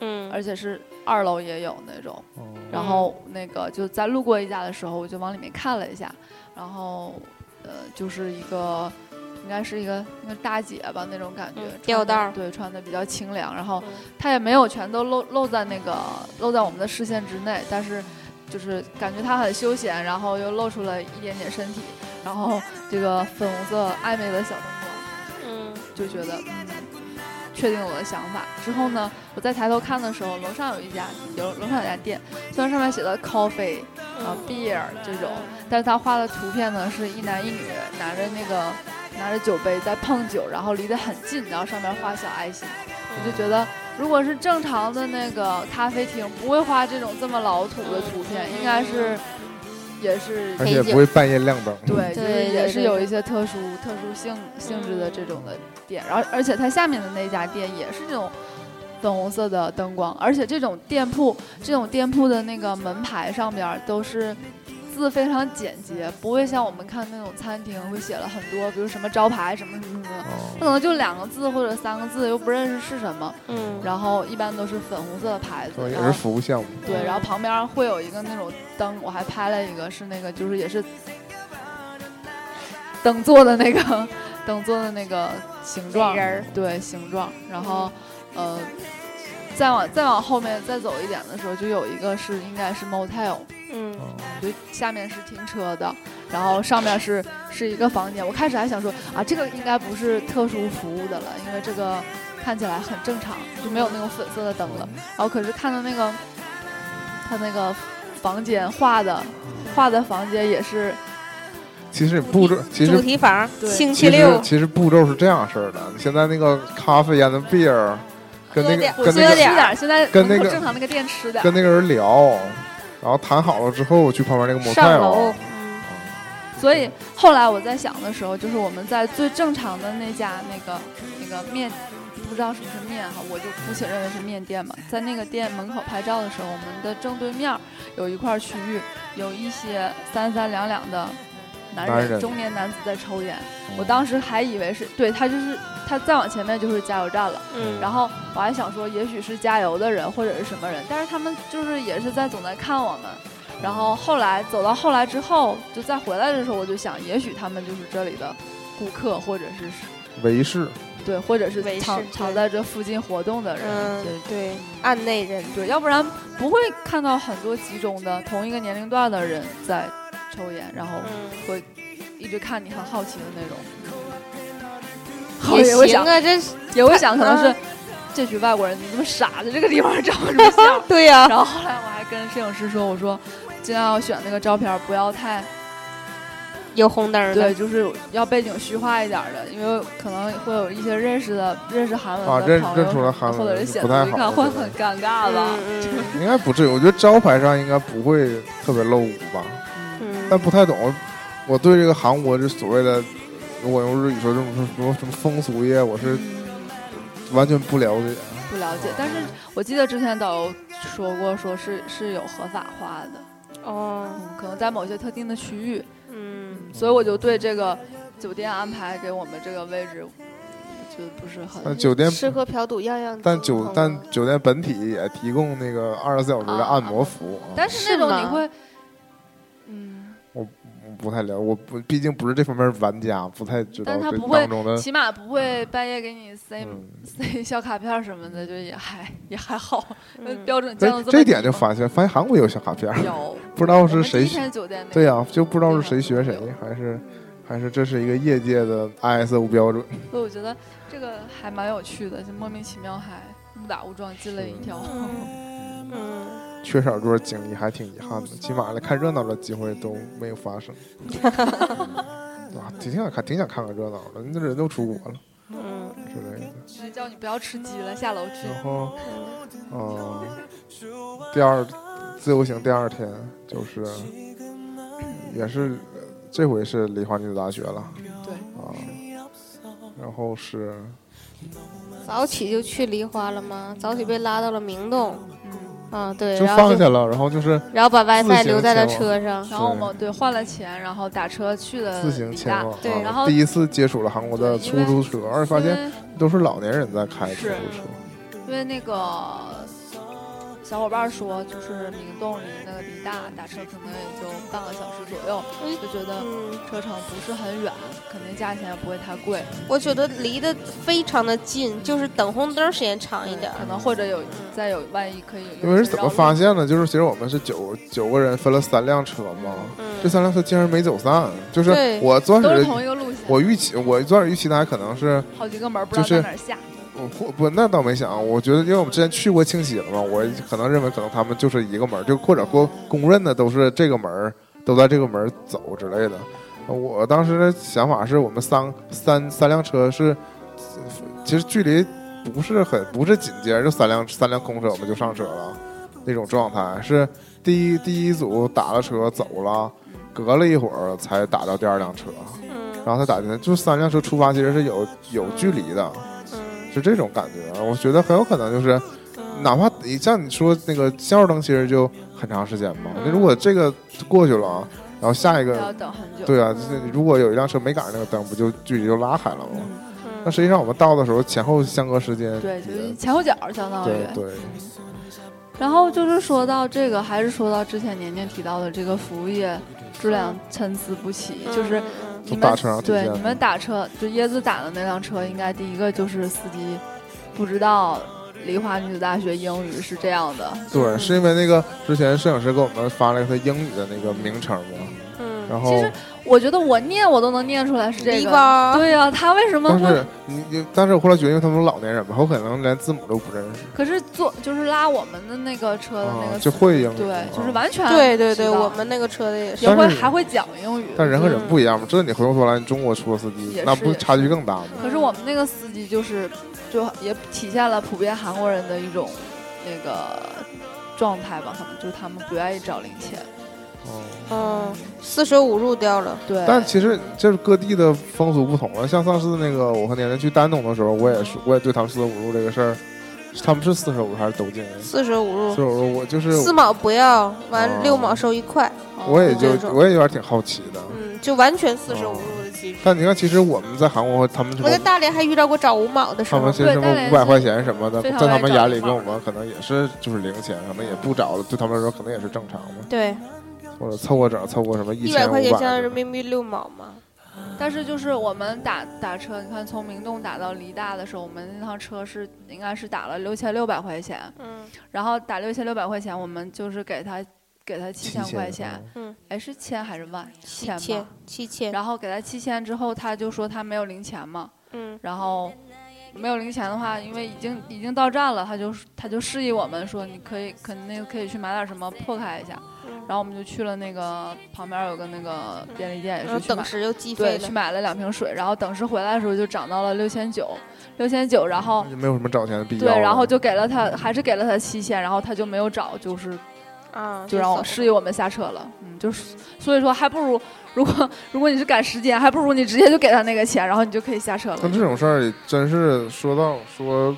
嗯而且是二楼也有那种。嗯然后嗯那个就在路过一家的时候，我就往里面看了一下，然后呃，就是一个应该是一个一个大姐吧那种感觉嗯，穿吊得带儿对，穿的比较清凉，然后嗯她也没有全都露露在那个露在我们的视线之内，但是就是感觉她很休闲，然后又露出了一点点身体，然后这个粉红色暧昧的小灯光。嗯就觉得嗯，确定了我的想法。之后呢，我再抬头看的时候，楼上有一家有楼上有一家店，虽然上面写的 coffee 啊、beer 嗯这种，但是他画的图片呢是一男一女拿着那个拿着酒杯在碰酒，然后离得很近，然后上面画小爱心。我就觉得，如果是正常的那个咖啡厅，不会画这种这么老土的图嗯片，应该是也是而且不会半夜亮灯。对，就是对也对嗯是有一些特殊特殊性性质的这种的店，然后而且它下面的那家店也是这种粉红色的灯光，而且这种店铺这种店铺的那个门牌上边儿都是字非常简洁，不会像我们看那种餐厅会写了很多，比如什么招牌什么什么什么，它可哦，能就两个字或者三个字，又不认识是什么，嗯，然后一般都是粉红色的牌子，这哦也然是后服务项目。对，然后旁边会有一个那种灯，我还拍了一个，是那个就是也是等座的那个 等座的那个形状，人儿对形状。然后呃，再往再往后面再走一点的时候，就有一个是应该是 motel，嗯哦就下面是停车的，然后上面是是一个房间。我开始还想说啊，这个应该不是特殊服务的了，因为这个看起来很正常，就没有那种粉色的灯了。嗯然后可是看到那个他那个房间画的画的房间也是其实步骤，其主实题房，对星其期实六其实步骤是这样式儿的。现在那个咖啡演的 beer，跟那喝点个我跟觉那得个吃点儿，现在跟那门口个正常那个店吃点儿。跟那个人聊，然后谈好了之后去旁边那个 motel 上楼，哦所以后来我在想的时候，就是我们在最正常的那家那个那个面，不知道是不是面哈，我就姑且认为是面店吧。在那个店门口拍照的时候，我们的正对面有一块区域，有一些三三两两的男人，男人中年男子在抽烟。嗯我当时还以为是对他就是他再往前面就是加油站了。嗯，然后我还想说，也许是加油的人或者是什么人，但是他们就是也是在总在看我们。然后后来走到后来之后，就再回来的时候，我就想，也许他们就是这里的顾客，或者是维氏对，或者是维常持常对在这附近活动的人。嗯对对，案内人，对，要不然不会看到很多集中的同一个年龄段的人在抽烟，然后嗯，一直看你很好奇的那种。 也也会行想，啊，这是也会想，可能是啊这群外国人，你这么傻，在这个地方照什么相？ 对呀，然后后来我还跟摄影师说，我说尽量要选那个照片儿不要太有红灯儿的，对，就是要背景虚化一点儿的，因为可能会有一些认识的认识韩文啊的认嗯朋认友出来什么韩的或者文是是写不字太一好看的会这很种尴尬吧。嗯应该不至于，我觉得招牌上应该不会特别露骨吧，嗯 嗯但不太懂。我对这个韩国这所谓的，如果用日语说这么什么什么风俗业，我嗯是嗯完全不了解。不了解，但是我记得之前导游说过，说是是有合法化的，哦，嗯，可能在某些特定的区域，嗯所以我就对这个酒店安排给我们这个位置，我觉得不是但很酒店，吃喝嫖赌样样精通啊，但酒但酒店本体也提供那个二十四小时的按摩服务啊，但是那是种你吗会，嗯。我不太了，我不毕竟不是这方面玩家，不太知道但他这不会当中的。起码不会半夜给你塞、嗯，塞小卡片什么的，就也还也还好，嗯标准降到这这么哎这点低就发现，发现韩国有小卡片儿，有，不知道我是们第谁一天酒店那个对呀、就不知道是谁学谁对，还是还是这是一个业界的 ISO 标准。所以我觉得这个还蛮有趣的，就莫名其妙还误打误撞进了一条。 嗯，缺少这段经历还挺遗憾的，起码来看热闹的机会都没有发 生。啊，挺想看，挺想看看热闹的，那人都出国了嗯之类的。就是叫你不要吃鸡了，下楼去。然后，嗯，第二自由行第二天就是，也是这回是梨花女子大学了对，啊，然后是早起就去梨花了吗？早起被拉到了明洞嗯，啊，对，就然后放下了，然后就是然后把自 WiFi 行留在了前车上，然后我们对换了钱，然后打车去了自行李前大往。。对啊呃然后第一次接触了韩国的对出因租为车，而且发现因为都是老年人在开出租是车。因为那个小伙伴说，就是明洞离那个梨大打车可能也就半个小时左右，嗯就觉得嗯，车程不是很远，肯定价钱也不会太贵，我觉得离得非常的近，就是等红灯时间长一点儿可。能或者有再有万一可以有。因为是怎么发？现的？就是其实我们是九九个人分了三辆车嘛，这嗯，三辆车竟然没走散。就是对我最都开是始同一个路线，我预期，我最开始预期大家可能是好几个门不知道就是在哪儿下。我不不，那倒没想。我觉得，因为我们之前去过清溪了嘛，我可能认为可能他们就是一个门儿，就或者说公认的都是这个门儿，都在这个门儿走之类的。呃我当时的想法是我们三三三辆车是，其实距离不是很不是紧接着就三辆三辆空车我们就上车了那种状态，是第一第一组打了车走了，隔了一会儿才打到第二辆车，嗯然后才打进来，就三辆车出发其实是有有距离的。嗯是这种感觉。啊我觉得很有可能就是，嗯哪怕你像你说那个信号灯，其实就很长时间嘛。那如嗯果这个过去了啊，然后下一都要个，等很久。对啊，就是如果有一辆车没赶上那个灯，不就距离就拉开了吗？那嗯，实际上我们到的时候前后相隔时间，对，就是前后脚相当于。对对，然后就是说到这个，还是说到之前年年提到的这个服务业质量参差不齐，就是嗯嗯你从们大车啊上体对现你们打车，就椰子打的那辆车，应该第一个就是司机不知道梨花女子大学英语是这样的，对，是因为那个之前摄影师给我们发了一个他英语的那个名称嘛，嗯然其后实我觉得我念我都能念出来是这梨个。花，对呀、他为什么但会？是你你，但是我后来觉得，因为他们都老年人嘛，我可能连字母都不认识，可是坐就是拉我们的那个车的呃那啊个，就会英语，对，就是啊完全对不对知对，道我们那个车的也是也但会是还会讲英语，但人和人嗯不一样嘛，这你回过头来，你中国出的司机也，那是不也差距更大吗？可是我们那个司机就是，就也体现了普遍韩国人的一种那个状态吧，可能就是他们不愿意找零钱。哦嗯四舍五入掉了，对，但其实这是各地的风俗不同了。像上次那个我和年年去丹东的时候，我也是，我也对他们四舍五入这个事儿，他们是四舍五入还是都进？四四舍五入舍，五入，我就是四毛不要，哦完六毛收一块，我也就这种我也有点挺好奇的。嗯，就完全四哦舍五入的机制。但你看，其实我们在韩国，他们这种我在大连还遇到过找五毛的时他们候，其实什么对大连五百块钱什么的，非在常他们眼爱里找跟我们可能也是就是零钱，可能也不找了，对他们来说可能也是正常嘛，对，或者凑个整，凑个什么一一百千五块百钱相当于人民币六毛嘛。但是就是我们打打车，你看从明洞打到梨大的时候，我们那趟车是应该是打了六千六百块钱，嗯然后打六千六百块钱，我们就是给他给他七七千块钱钱，，嗯，哎是千还是万？七千千吧。七千，然后给他七千之后，他就说他没有零钱嘛，嗯然后没有零钱的话，因为已经已经到站了，他就他就示意我们说，你可以肯定可以去买点什么破开一下。嗯然后我们就去了那个旁边有个那个便利店，也然是后去买等时又计费对去了，买了两瓶水，然后等时回来的时候就涨到了六千九，六千九，然后就没有什么找钱的嗯必要对，了。然后就给了他还是给了他七千，然后他就没有找，就是啊，嗯就让我示意我们下车了，嗯，就是所以说还不如如果如果你是赶时间，还不如你直接就给他那个钱，然后你就可以下车了。但这种事儿真是说到说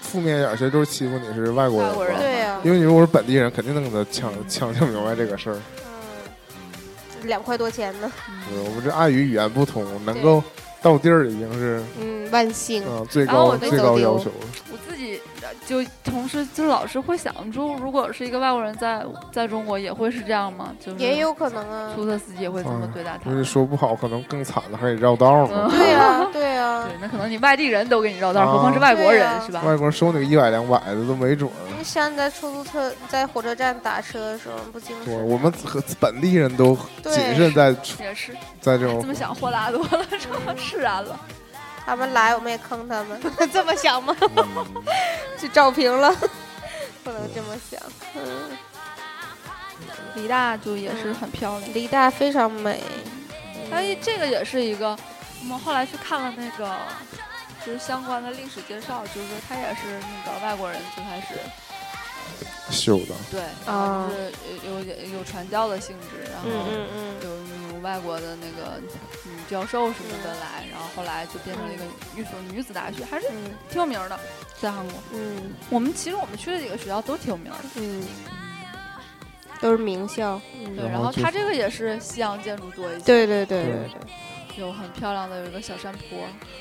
负面一点儿，其实就是欺负你是外国人吧。外国人对呀，因为你如果是本地人，肯定能给他呛呛呛明白这个事儿。嗯，两块多钱呢，嗯对我们这碍于语言不通，能够到地儿已经是嗯，万幸，啊、最然后高我就最走高丢要求了。我自己呃就同时就老是会想，说如果是一个外国人在在中国也会是这样吗？就是也有可能啊，出租车司机也会这么对待他因。为嗯说不好，可能更惨了，还得绕道呢。嗯对呀对呀对，，那可能你外地人都给你绕道，啊何况是外国对人呀是吧？外国人收你个一百两百的都没准因为儿。像在出租车在火车站打车的时候，不经对，常我们和本地人都对谨慎在也是在这哎 这么种想，豁达多了， 这么释然了。他们来我们也坑他们，这么想吗？嗯 就照平了， 不能这么想，嗯。梨大就也是很漂亮，梨大非常美，哎，这个也是一个，我们后来去看了那个。就是相关的历史介绍，就是说他也是那个外国人最开始修的。哦对，然后就是有有有传教的性质，然后嗯嗯嗯，有那种外国的那个女教授什么的来，然后后来就变成了一个一所女子大学，还是嗯挺有名儿的，在韩国。嗯我们其实我们去的几个学校都挺有名儿的，嗯，都是名校。嗯对。然然后后就它这个也是西洋建筑多一些，对对对对对，有很漂亮的有一个小山坡，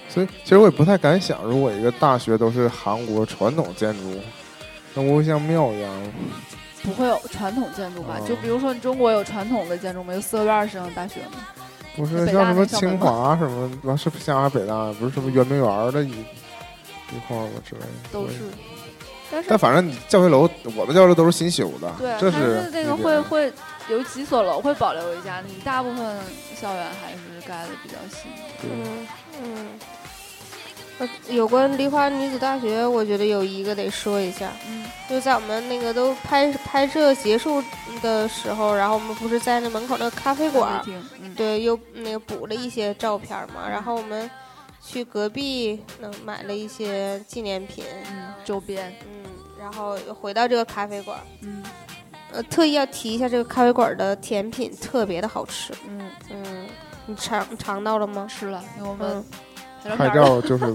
所以其实我也不太敢想，如果一个大学都是韩国传统建筑，那不会像庙一样？不会有传统建筑吧？哦就比如说中国有传统的建筑吗？有四合院儿式的大学吗？不是北像什大么那校清门华什么，完是不是清华北大，不是什么圆明园的一一块儿吗之类的？都对是。但是但反正你教学楼，我们教学楼都是新修的，对，这但是那那个会会有几所楼会保留一下，你大部分校园还是盖的比较新。嗯嗯，呃有关梨花女子大学，我觉得有一个得说一下，嗯，就在我们那个都拍拍摄结束的时候，然后我们不是在那门口那个咖啡馆咖儿啡，厅，嗯，对，又那个补了一些照片儿嘛，然后我们去隔壁那买了一些纪念品，嗯，周边，嗯，然后又回到这个咖啡馆儿，嗯呃，特意要提一下这个咖啡馆儿的甜品特别的好吃，嗯，嗯，你尝尝到了吗？吃了，因为我嗯们，聊拍天儿照就是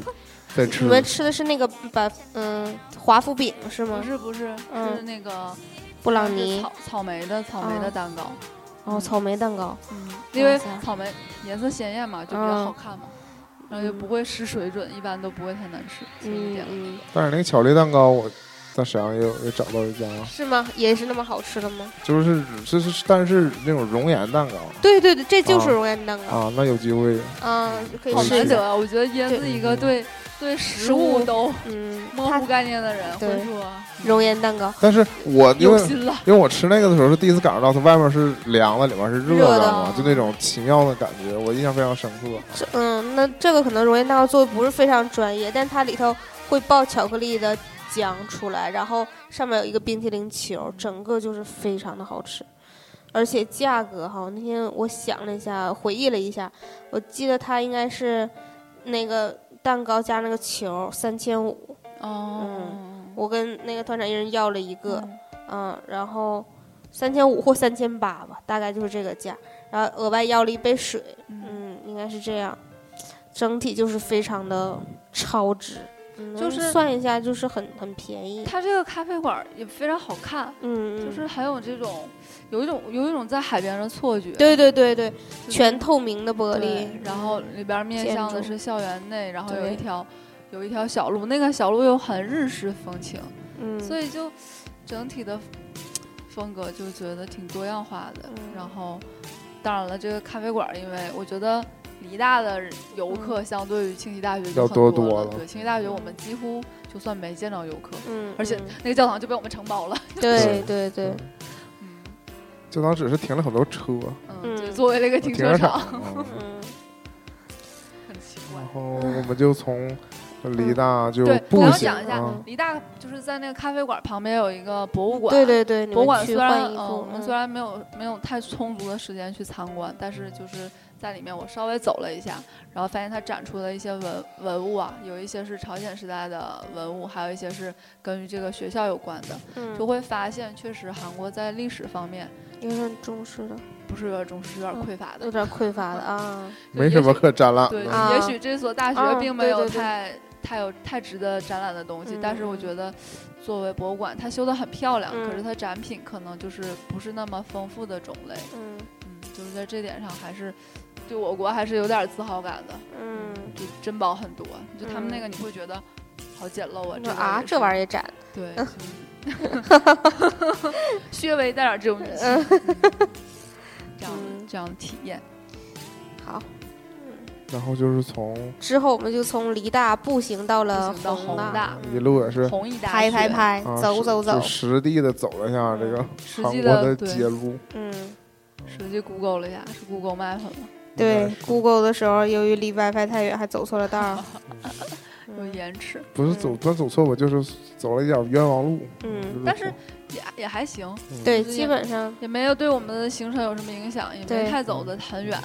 在吃你。们吃的是那个把嗯华夫饼是吗不？是不是是嗯那个布朗是尼，草草莓的草莓的啊蛋糕，然后草莓蛋糕，嗯，因为哇塞草莓颜色鲜艳嘛，就比较嗯好看嘛。然后就不会失水准，一般都不会太难吃，所以嗯点了。嗯，但是那个巧克力蛋糕，我在沈阳也有也找到一家，是吗？也是那么好吃的吗？就是这是但是那种熔岩蛋糕对对对，这就是啊熔岩蛋糕，啊，那有机会啊，可以好好吃难试一得下，啊！我觉得椰子对一嗯个对对食食物物都嗯，模它糊概念的人对会说熔岩蛋糕但是我因有为心了。因为我吃那个的时候是第一次感受到它外面是凉的，里面是热的的嘛，就那种奇妙的感觉，我印象非常深刻。这嗯，那这个可能熔岩蛋糕做的不是非常专业，但它里头会爆巧克力的浆出来，然后上面有一个冰淇淋球，整个就是非常的好吃，而且价格哈，那天我想了一下，回忆了一下，我记得它应该是那个蛋糕加那个球三千五，哦，我跟那个团长一人要了一个，嗯然后三千五或三千八吧，大概就是这个价，然后额外要了一杯水。嗯，嗯，应该是这样。整体就是非常的超值，嗯就是算一下就是很很便宜。它这个咖啡馆儿也非常好看，嗯，就嗯是很有这种有一种有一种在海边的错觉，对对对对，就是全透明的玻璃对，，然后里边面向的是校园内，然后有对一条有一条小路，那个小路又很日式风情，嗯，所以就整体的风格就觉得挺多样化的。嗯然后，当然了，这个咖啡馆儿，因为我觉得梨大的游客相对于庆熙大学就要很多多多了对，庆熙大学我们几乎就算没见着游客，嗯，而且嗯那个教堂就被我们承包了。对对对，嗯就当只是停了很多车，嗯，就嗯作为了一个停停车场场，， 嗯嗯，很奇怪然。后我们就从梨大就嗯对，我步要行讲一下啊，，梨大就是在那个咖啡馆旁边有一个博物馆，对对对，你博们物馆去虽换然衣嗯，我服，们嗯虽然没有没有太充足的时间去参观，但是就是在里面我稍微走了一下，然后发现它展出的一些文文物啊，有一些是朝鲜时代的文物，还有一些是跟于这个学校有关的，嗯就会发现确实韩国在历史方面有点重视的，不是有点重视，有嗯点匮乏的有。点匮乏的啊，没什么可展览对，的。啊也许这所大啊学并没对有对对太、太有太值得展览的东西，但是我嗯觉得作为博物馆，它修得很漂亮，可嗯是它展品可能就是不是那么丰富的种类，嗯嗯，就是在这点上还是对我国还是有点自豪感的，嗯，就珍宝很多，就他们那嗯个你会觉得好简陋啊，我这说啊，这玩意儿意也展， 对，就是 稍微带点这种语气，嗯 这样的嗯这样的体验，好。然后就是从之后我们就从梨大步行到了步行到宏大，大一路也是弘毅大拍拍学拍啊，走是走就，走实地的走了一下这个实韩际国的对街路，嗯。实际 Google 了一下，是 Google Map 吗？应对该是，Google 的时候，由于离 WiFi 太远，还走错了 道儿。有嗯延迟，不是走端走错吧，就是走了一点冤枉路。嗯，嗯但是也也还行，嗯对，就是基也本上，也没有对我们的行程有什么影响，也没对太嗯走的很远。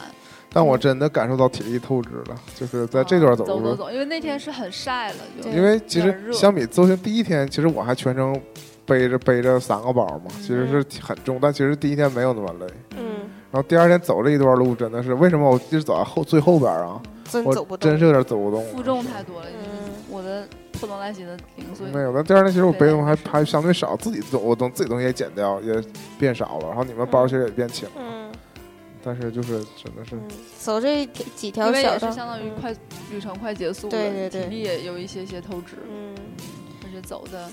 但我真的感受到体力透支了，就是在这段啊嗯走路走上，走，因为那天是很晒了，就嗯对因为其有点实热相比邹行第一天，其实我还全程背着背着三个包嘛，嗯其实是很重，但其实第一天没有那么累。嗯，然后第二天走这一段路，真的是为什么我一直走到后最后边啊？真走嗯不我动真。是有点走不动。负重太多了，嗯我的破东来西的零碎。没有，但第二天其实我背的东西还还相对少，自己做我东自己东西也减掉，也变少了。然后你们包其实也变轻，嗯但是就是真的是嗯，走这几几条因为小也道是，相当于快旅程快结束了，对对对体力也有一些些透支，嗯，而且走的。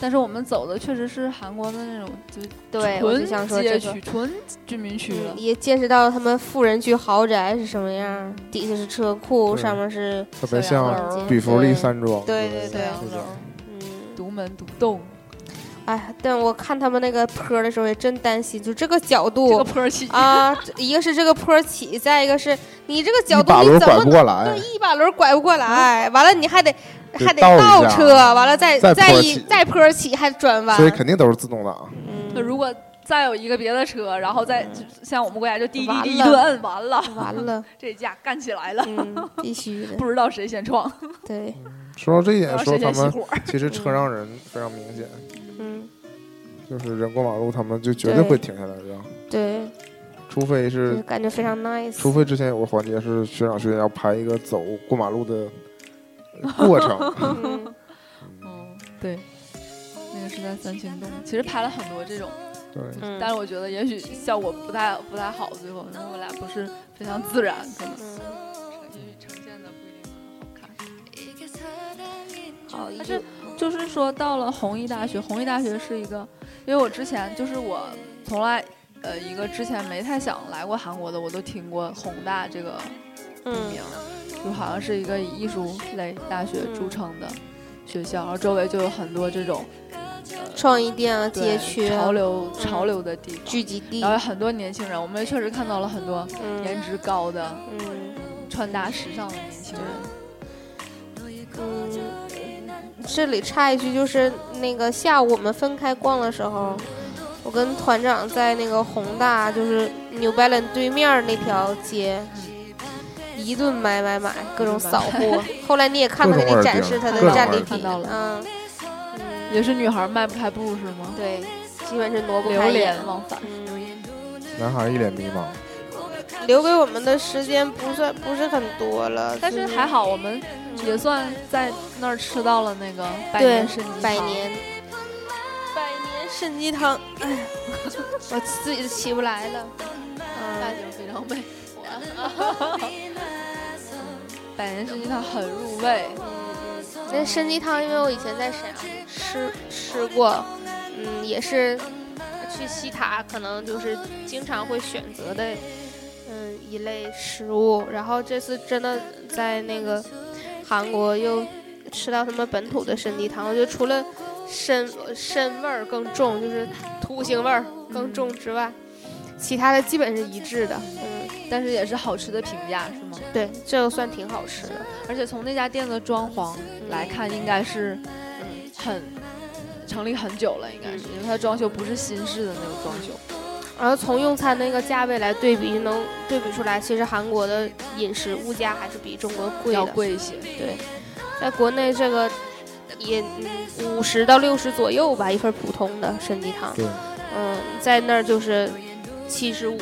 但是我们走的确实是韩国的那种，就是对，哎我就想说纯街这区、个。纯居民区了嗯，。也见识到他们富人区豪宅是什么样，底下是车库，对上面是特别小洋像楼儿比弗利对山庄。对对小洋是楼的儿、嗯，啊独门、独栋，哎，但我看他们那个坡儿的时候也真担心，就这个角这个度坡儿起，啊，这一个是这个坡儿起，再一个是你这个角一度把你轮怎拐么不能过来，一把轮拐不过来？完了你还得得还得倒一倒下车，完了再再坡儿一起再坡儿起还转弯所，以肯定都是自动挡。那嗯，如果再有一个别的车，然后再就像我们国家就滴滴完滴一了顿摁，完了，嗯完了，这架干起来了，嗯，必须的，不知道谁先撞，对，啊说到这一点然的后时候，谁他先们熄火。其实车让人非常明显，嗯，就是人过马路，他们就绝对对会停下来让，对，嗯除非就是是感觉非常 nice，除非之前有个环节是学长学姐要拍一个走过马路 的过程， 嗯嗯，对，那个是在三清洞，其实拍了很多这种，对，嗯但是我觉得也许效果不太不太好，最后因为我俩不是非常自然，可能嗯也许呈现的不一定很好看。好，一句但是就是说到了弘毅大学，弘毅大学是一个，因为我之前就是我从来呃一个之前没太想来过韩国的，我都听过弘大这个嗯名，就好像是一个以艺术类大学嗯著称的学校，然后周围就有很多这种呃创意店啊，对街区啊潮流嗯潮流的地方，聚集地然，后有很多年轻人，我们确实看到了很多颜嗯值高的、嗯。穿搭时尚的年轻人。嗯，这里插一句，就是那个下午我们分开逛的时候，我跟团长在那个宏大，就是 New Balance 对面儿那条街，一顿买买嗯买，各种扫货。 后来你也看到他各种给耳钉展示他的各种战利耳钉品，看到了嗯，嗯也是女孩迈不开步是吗？对，基本是挪不流开眼连。忘返。嗯，男孩一脸迷茫。留给我们的时间不算不是很多了，但是就是还好，我们也算在那儿吃到了那个百年参鸡汤。百年，百年参鸡汤，哎呀，我自己都起不来了。大嗯，井非常 美。百年参鸡汤很入味，那参鸡汤，因为我以前在沈阳吃吃过，嗯，也是去西塔，可能就是经常会选择的，嗯，一类食物。然后这次真的在那个韩国又吃到他们本土的参鸡汤，我觉得除了参参味儿更重，就是土腥味儿更重之外，其他的基本是一致的。嗯，但是也是好吃的评价是吗？对，这个算挺好吃的。嗯而且从那家店的装潢来看，应该是嗯很成立很久了，应该嗯是因为它装修不是新式的那种装修。然后从用餐那个价位来对比，能对比出来，其实韩国的饮食物价还是比中国贵要的。嗯贵一些，对，在国内这个也嗯五十到六十左右吧，一份普通的参鸡汤。对，嗯，在那儿就是七十五，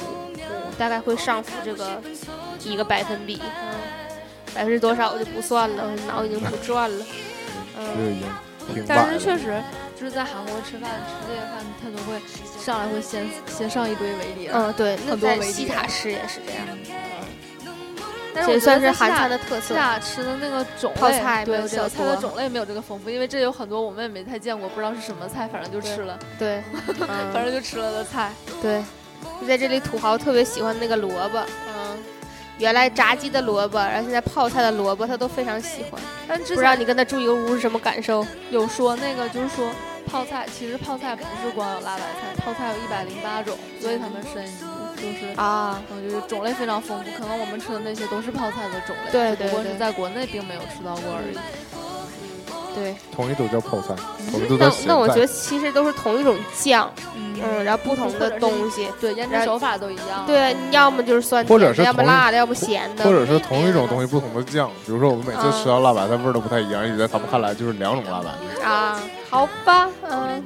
大概会上浮这个一个百分比。嗯，百分之多少我就不算了，我脑已经不转了。这个嗯已经挺晚但了是。确实就是在韩国吃饭吃这些饭，它都会上来会先先上一堆围碟，嗯，对，那很多嗯在维西度塔吃也是这样，但这是我也觉算是得在韩西塔餐的特西色。塔吃的那个种类，泡菜没对有这个小菜的多种类没有这个丰富，因为这有很多我们也没太见过，不知道是什么菜，反正就吃了， 对，嗯反正就吃了的菜。对，就在这里土豪特别喜欢那个萝卜，嗯，原来炸鸡的萝卜，然后现在泡菜的萝卜，他都非常喜欢。但之不知道前你跟他住一个屋是什么感受？有说那个就是说泡菜，其实泡菜不是光有辣白菜，泡菜有一百零八种，所以他们深就是。啊，我觉得种类非常丰富，可能我们吃的那些都是泡菜的种类，对只不过对对是在国内并没有吃到过而已。对，统一都叫泡菜，我们都嗯那叫我咸那我觉得菜。其实都是同一种酱，嗯，然后不同的东西，对，腌制然后手法都一样。啊对，要么就是酸或者甜的，是要同么一辣的，要么咸的，或者是同一种东西不同的酱，比如说我们每次啊吃到辣白菜味儿都不太一样，而且在他们看来就是两种辣白。啊，好吧，嗯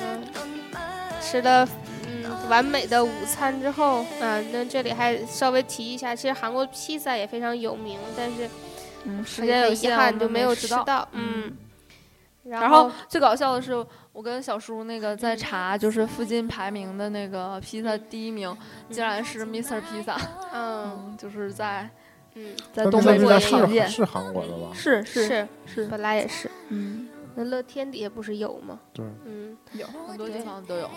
嗯，吃了嗯完美的午餐之后，啊、那这里还稍微提一下，其实韩国披萨也非常有名，但是嗯，比时较间有有遗限，憾我就们没没有吃吃到。到，嗯。然然后后嗯最搞笑的是，我跟小叔那个在查，就是附近排名的那个披萨第一名，竟然是 Mr. Pizza，嗯嗯，就是在嗯在那东披萨那北披做萨个的常是见，是韩国的吧？是是是本来也是，嗯，那乐天底下不是有吗？对嗯有很多地方都有。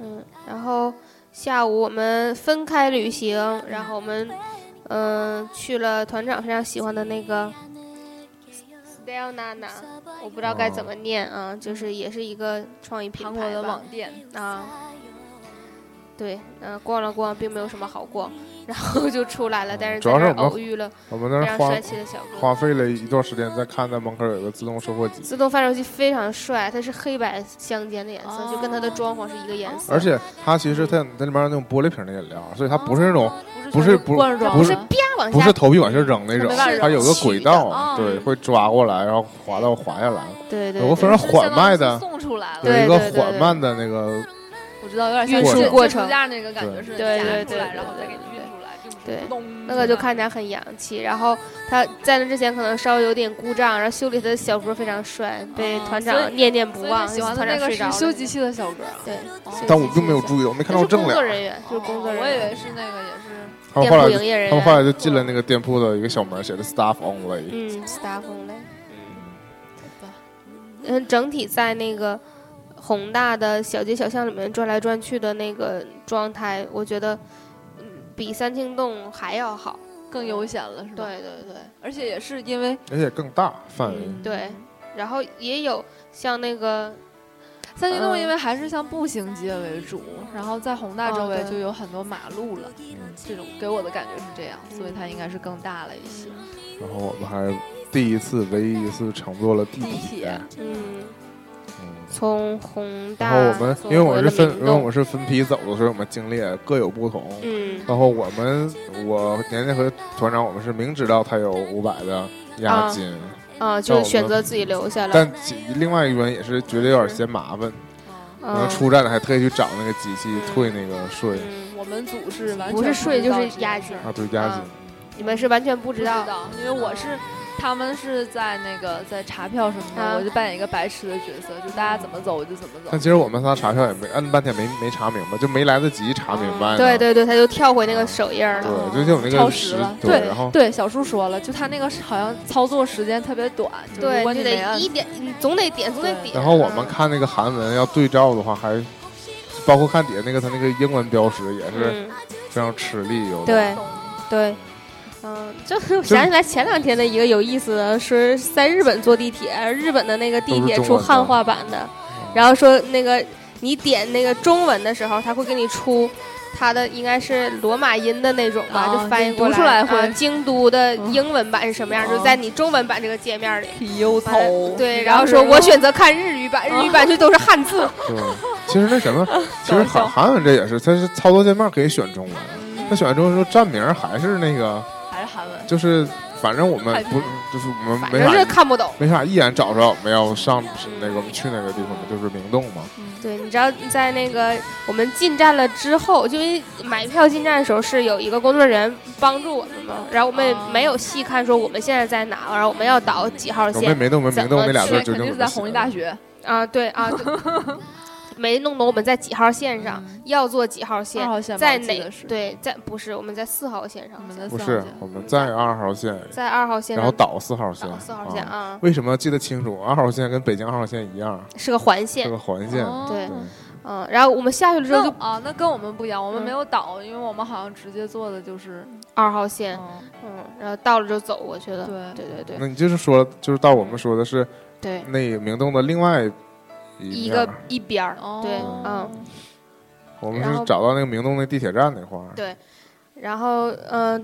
嗯，然后下午我们分开旅行，然后我们嗯、呃去了团长非常喜欢的那个 Style Nana，我不知道该怎么念啊，哦就是也是一个创意品韩国牌的吧网店，啊。对，嗯、逛了逛，并没有什么好逛， 然后就出来了，但是嗯主在要这是儿我们偶遇了我们那非儿常花帅气的小哥。花费了一段时间在看，在门口有个自动售货机，自动发射器非常帅，它是黑白相间的颜色，就跟它的装潢是一个颜哦色。而且它其实它它里面有那种玻璃瓶的饮料，啊所以它不是那种不是不罐装不是的啪往不哦下是，投币往下扔那种没办法，扔哦它有个轨道，起的对，嗯会抓过来，然后滑到滑下来，对对有个非对，常缓慢的是相当于是送出来有了，对一个对对缓慢的那个我知道有点像运输是过是程书架那个感觉对是对对夹出来，对然后对再给你运出来，并不对是咚那个就看起来很洋气。然后他在那之前可能稍微有点故障，然后修理他的小哥非常帅，被团哦所长以念念不所以忘他，喜就欢的团那长个睡着是了。修机器的小哥儿，对，哦但我并没有注意到，我没看他到是正工作脸。人员，就是工作人我以员，为是那个也是他们后店铺来就营业人他员。们后来就进了那个店铺的一个小门，写着 “staff only”。嗯，staff only。嗯嗯，整体在那个宏大的小街小巷里面转来转去的那个状态，我觉得，嗯，比三清洞还要好。更悠闲了，是吧？，对对对而且也是因为而且更嗯大范围，对，然后也有像那个三清洞，嗯因为还是像步行街为主，然后在宏大哦周围对就有很多马路了，嗯这种给我的感觉是这样，所以它应该是更大了一些。然后我们还第一次、唯一一次乘坐了地地铁嗯，嗯，从宏然大，后我们因为我是分，因为我是是分批走的，所以我们经历也各有不同。嗯然后我们，我年年和团长，我们是明知道他有五百的押金，啊，那我就们选择自己留下了。但其另外一个人也是觉得有点嫌麻烦，然后嗯，出站了还特意去找那个机器嗯退那个税嗯我们组是完全不是税就是押押金啊，对押金啊。你们是完全不不知知道的。道，因为我是他们是在那个在查票什么的，啊我就扮演一个白痴的角色，就大家怎么走我就怎么走但。其实我们仨查票也没摁半天没没查明白，就没来得及查明白呢。对对对，他就跳回嗯那个手印儿了。对，就有那超个时了，对，然后对，小叔说了，就他那个是好像操作时间特别短，就对，如果就你没得按一点，你总得点，总得对点。然后我们嗯看那个韩文要对照的话，还包括看底下那个他那个英文标识也是嗯，非常吃力，有的。对对，嗯，就是我 想起来前两天的一个有意思的是在日本坐地铁，日本的那个地铁都是中出文的哦汉化版的，然后说那个你点那个中文的时候，他会给你出。它的应该是罗马音的那种吧，啊就翻译你过读来。出来会啊嗯京都的英文版是什么样，就哦在你中文版这个界面里。皮油完了哦头，对，然后说我选择看日语版，日语版就都是汉字。对，其实那什么，其实韩韩文这也是，它是操作界面可以选中文，它选中文之后站名还是那个，还是韩文，就是反正我们还不就是我们反没正是法看不懂。没法一眼找出来我们要上那个去那个地方嘛，就是明洞嘛。对，你知道在那个我们进站了之后，就因为买票进站的时候是有一个工作人员帮助我们嘛，然后我们也哦没有细看说我们现在在哪，然后我们要倒几号我们线没洞，我们明 洞那俩字对，儿究肯竟怎么定是在写弘的毅大学，啊，对 啊，对没弄懂我们在几号线上，要坐几号嗯二线，号线吧在我记哪得是？对，在不是我们在四号线我上，们的不四号是线，我们在二号线，在二号线然后上倒四号线倒，四号线啊。啊，为什么记得清楚？二号线跟北京二号线一样，嗯是个环是线，个环线。哦对对，嗯，然后我们下去了之后那就啊，那跟我们不一样，我们嗯没有倒，因为我们好像直接做的就是，二号线，嗯，嗯，然后到了就走过去了，对，对对对那你就是说，就是到我们说的是对。那明洞的另外一一面儿个一边儿，对，嗯哦，我们然是后找到那个明洞那地铁站那块儿。对然后嗯、呃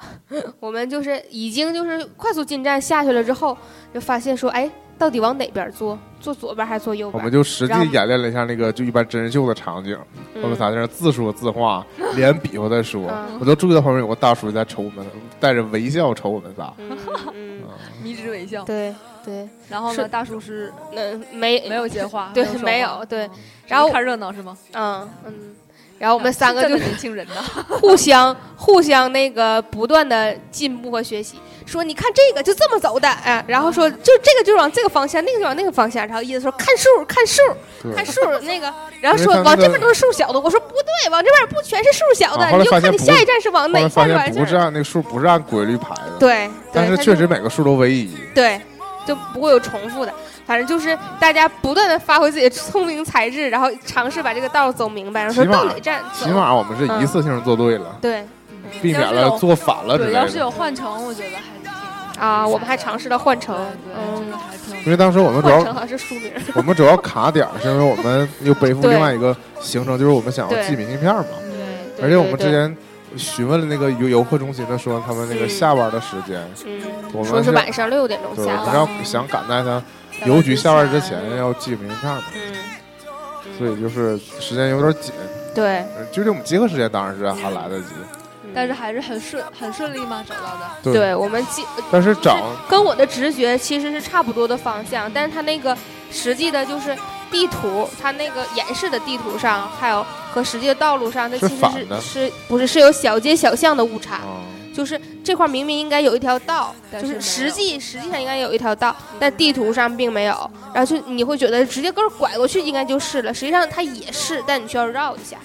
我们就是已经就是快速进站下去了之后，就发现说，哎，到底往哪边坐？坐左边还是坐右我边？们就实际然后演练了一下那个就一般真人秀的场景，嗯我们仨在那儿自说自 话，连比划带说，嗯我都注意到旁边有个大叔在瞅我们，带着微笑瞅我们仨。嗯嗯，迷之微笑。对对，然后呢，是大叔是那没没有接话，对说话没有对嗯然后看热闹是吗？嗯嗯，然后我们三个就年轻人 呢，互相互相那个不断的进步和学习，说你看这个就这么走的，哎，然后说就这个就往这个方向，那个就往那个方向，然后意思说看数看数对看数那个，然后嗯因为说他那往这个边都是数小的，我说不对，往这边不全是数小的，啊后来你就发看现你不下一站是往后哪来一发块现转不是是。按那个数，不是按规律排的，对，但对是他确就实每个数都唯一。对，就不会有重复的。反正就是大家不断的发挥自己的聪明才智，然后尝试把这个道儿走明白，然后说起码到哪站走起。码我们是一次性做对了，对避免了做反了之对，类要是的。有换乘，我觉得还挺啊，我们还尝试了换乘，对，这嗯个，还挺因为当时我们主换乘 要好像是书名儿，我们主要卡点儿，是因为我们又背负对另外一个行程，就是我们想要对寄明信片嘛。对，对而且我们之对前询问了那个游游客中心的，说他们那个嗯下班的时间，嗯，我说们是是晚上六点钟对，下我们班，要想赶在他邮局下班之前要寄明信片嘛，嗯，所以就是时间有点紧。对，呃距离我们集合时间当然是还来得及，嗯但是还是很顺很顺利嘛，找到的。对对我们记但是找跟我的直觉其实是差不多的方向，但是它那个实际的就是地图，它那个演示的地图上，还有和实际的道路上，它是其实反的是是不是是有小街小巷的误差？啊，就是这块明明应该有一条道，但就是是没实有际实际上应该有一条道，但地图上并没有，然后就你会觉得直接根儿拐过去应该就是了，实际上它也是，但你需要绕一下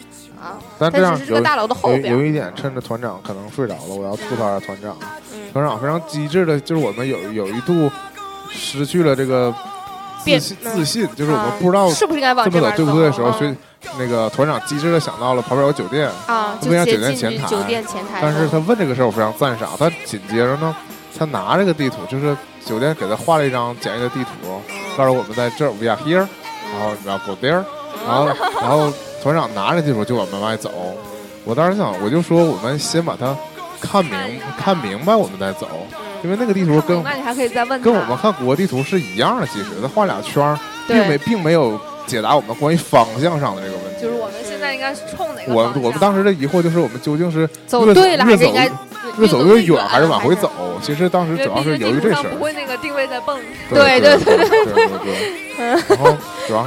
啊。但这它样只是这有个大楼的后有边，有一点，趁着团长可能睡着了，我要吐槽一下团长。啊嗯团长非常机智的，就是我们有有一度失去了这个自变信，嗯自信，就是我们啊不知道是不是应该往这么走这边对不对的时候，啊所以那个团长机智的想到了旁边有酒店，啊，他就们要直酒接店进前去台酒店前台。但是他问这个事儿我非常赞赏。他紧接着呢，他拿这个地图，就是酒店给他画了一张简易的地图，告诉我们在这儿，we are here，然后然后 go there，然后然后团长拿着地图就往门外走。我当时想，我就说我们先把它看明看明白，我们再走，因为那个地图跟嗯那你还可以再问他，跟我们看国国地图是一样的，其实它画俩圈儿，并没对并没有解答我们关于方向上的这个问题就是。我们现在应该是冲哪个我方向我们当时的疑惑就是，我们究竟是走越走对了，还越是走应该越走越远还还是往回走？其实当时因为主要毕是竟由于地这图上事儿不，会那个定位在蹦，对对对对对对。 然后主要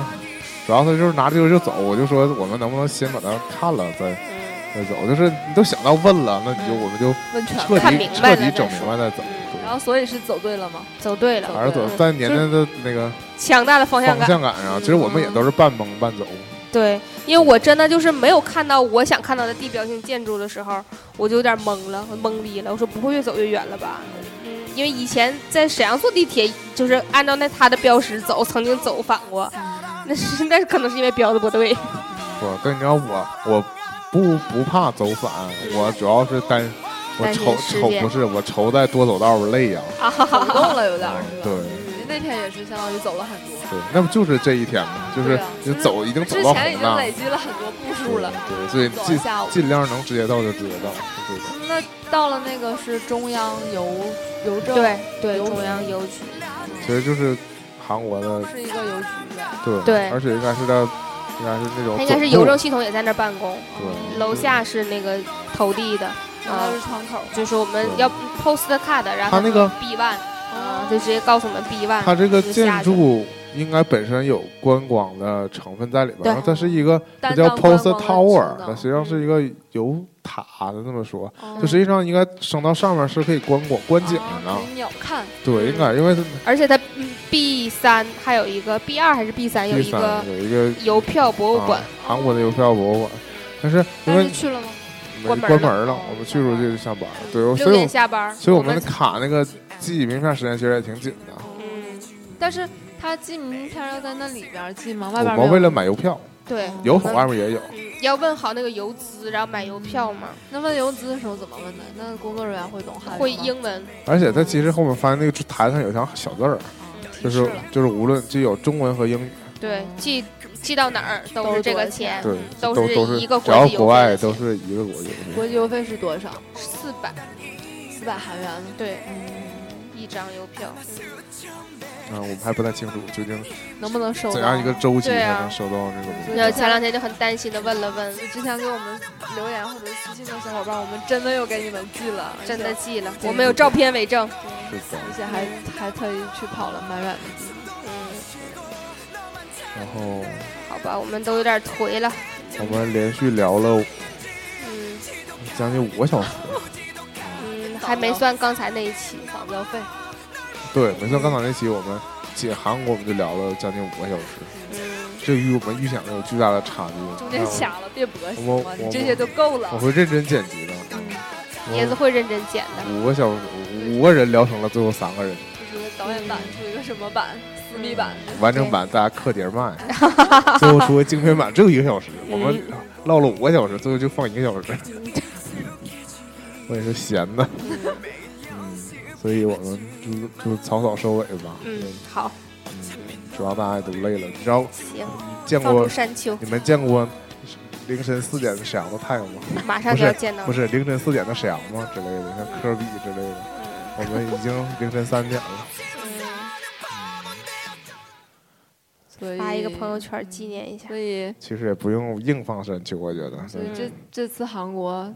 主要他就是拿这个就走，我就说我们能不能先把它看了再再走？就是你都想到问了，那你就我们就问全彻嗯看底明白彻底了再整说明白再走。对然后所以是走对了吗？ 走对了，还是走嗯在年代的那个强大的方向啊方感。向感上，其实我们也都是半蒙半走。对，因为我真的就是没有看到我想看到的地标性建筑的时候，我就有点懵了，懵逼了。我说不会越走越远了吧？嗯，因为以前在沈阳坐地铁，就是按照那它的标识走，曾经走反过。那是那可能是因为标的不对。 我跟你讲，我我不不怕走反，我主要是担我担心愁时愁间不是我愁在多走道儿累呀。走不动了有点儿是嗯吧？对。你那天也是相当于走了很多，对，那不就是这一天吗？就是对啊你走已经走之到前已红经了，累积了很多步数了。对，所以走尽到下午尽量能直接到就直接到，对的。那到了那个是中央邮邮政，对，中中央央邮局。其实就是韩国的，是一个邮局呗。对对而且应该是在，应该是那种它应该是总邮部政系统也在那儿办公，对楼下是那个投递的，嗯啊然后是窗口，就是我们要 post card，然它后那个 B one，啊，就直接告诉我们 B one。它这个就建下去筑应该本身有观光的成分在里边儿，对然后它是一个它担叫当 post 观光的 tower，职能嗯它实际上嗯是一个有塔的这么说，哦就实际上应该升到上面是可以观光观景的呢啊，给鸟看，对，应该因为它而且它嗯 B 三还有一个 B 二还是 B 三有第一个三有一个邮票博物馆啊，韩国的邮票博物馆。但是因为去了吗？没关门关了哦门了，我们去时候就上班了。对，六哦所以点我下班儿。所以我我们卡那个记忆名片时间其实也挺紧的。嗯但是他寄名片要在那里边寄吗？外我边没们有为了买邮票，对，邮我筒们外面也有，嗯要问好那个邮资，然后买邮票嘛，那问邮资的时候怎么问的？那工作人员会懂汉语吗会英文。而且它其实后面发现那个台上有一条小字儿，就提示是了。就是无论就有中文和英语，对，寄寄到哪儿都是这个钱，对，哎都都都一个只国要际邮国费外的都钱是一个国际邮国际邮费是多少？四百，四百韩元。对，嗯一张邮票。费啊，我们还不太清楚究竟能不能收到？怎样一个周期对才啊能收到那个邮票。对那前两天就很担心的问了问，就之前给我们留言或者私信的小伙伴，我们真的又给你们寄了，而且真的，寄了，对我们有照片为证。是的，而且还还特意去跑了蛮远的地方。嗯，然后好吧，我们都有点颓了，我们连续聊了嗯将近五个小时，嗯，还没算刚才那一期广告费。对，没错，刚才那期我们仅韩国我们就聊了将近五个小时，嗯，这与我们预想的有巨大的差距。中间卡了，别播我行吗？我你这些都嗯够了我。会认真剪辑的。椰子会认真剪的。五个小时，五个人聊成了最后三个人，出一个导演版，出一个什么版，私密版。完整版大家刻碟 儿卖，最后出个精品版只有一个小时，嗯我们唠了五个小时，最后就放一个小时。我也是闲 的，嗯，所以我们就就草草收尾吧。嗯，好，嗯，主要大家都累了，你知道行，见放过逐山丘，你们见过凌晨四点的沈阳的太阳吗？马上就要见到不。是凌晨四点的沈阳吗？之类的，像科比之类的，嗯我们已经凌晨三点了。所以发一个朋友圈纪念一下所。以其实也不用硬放山丘，我觉得。所以这嗯这次韩国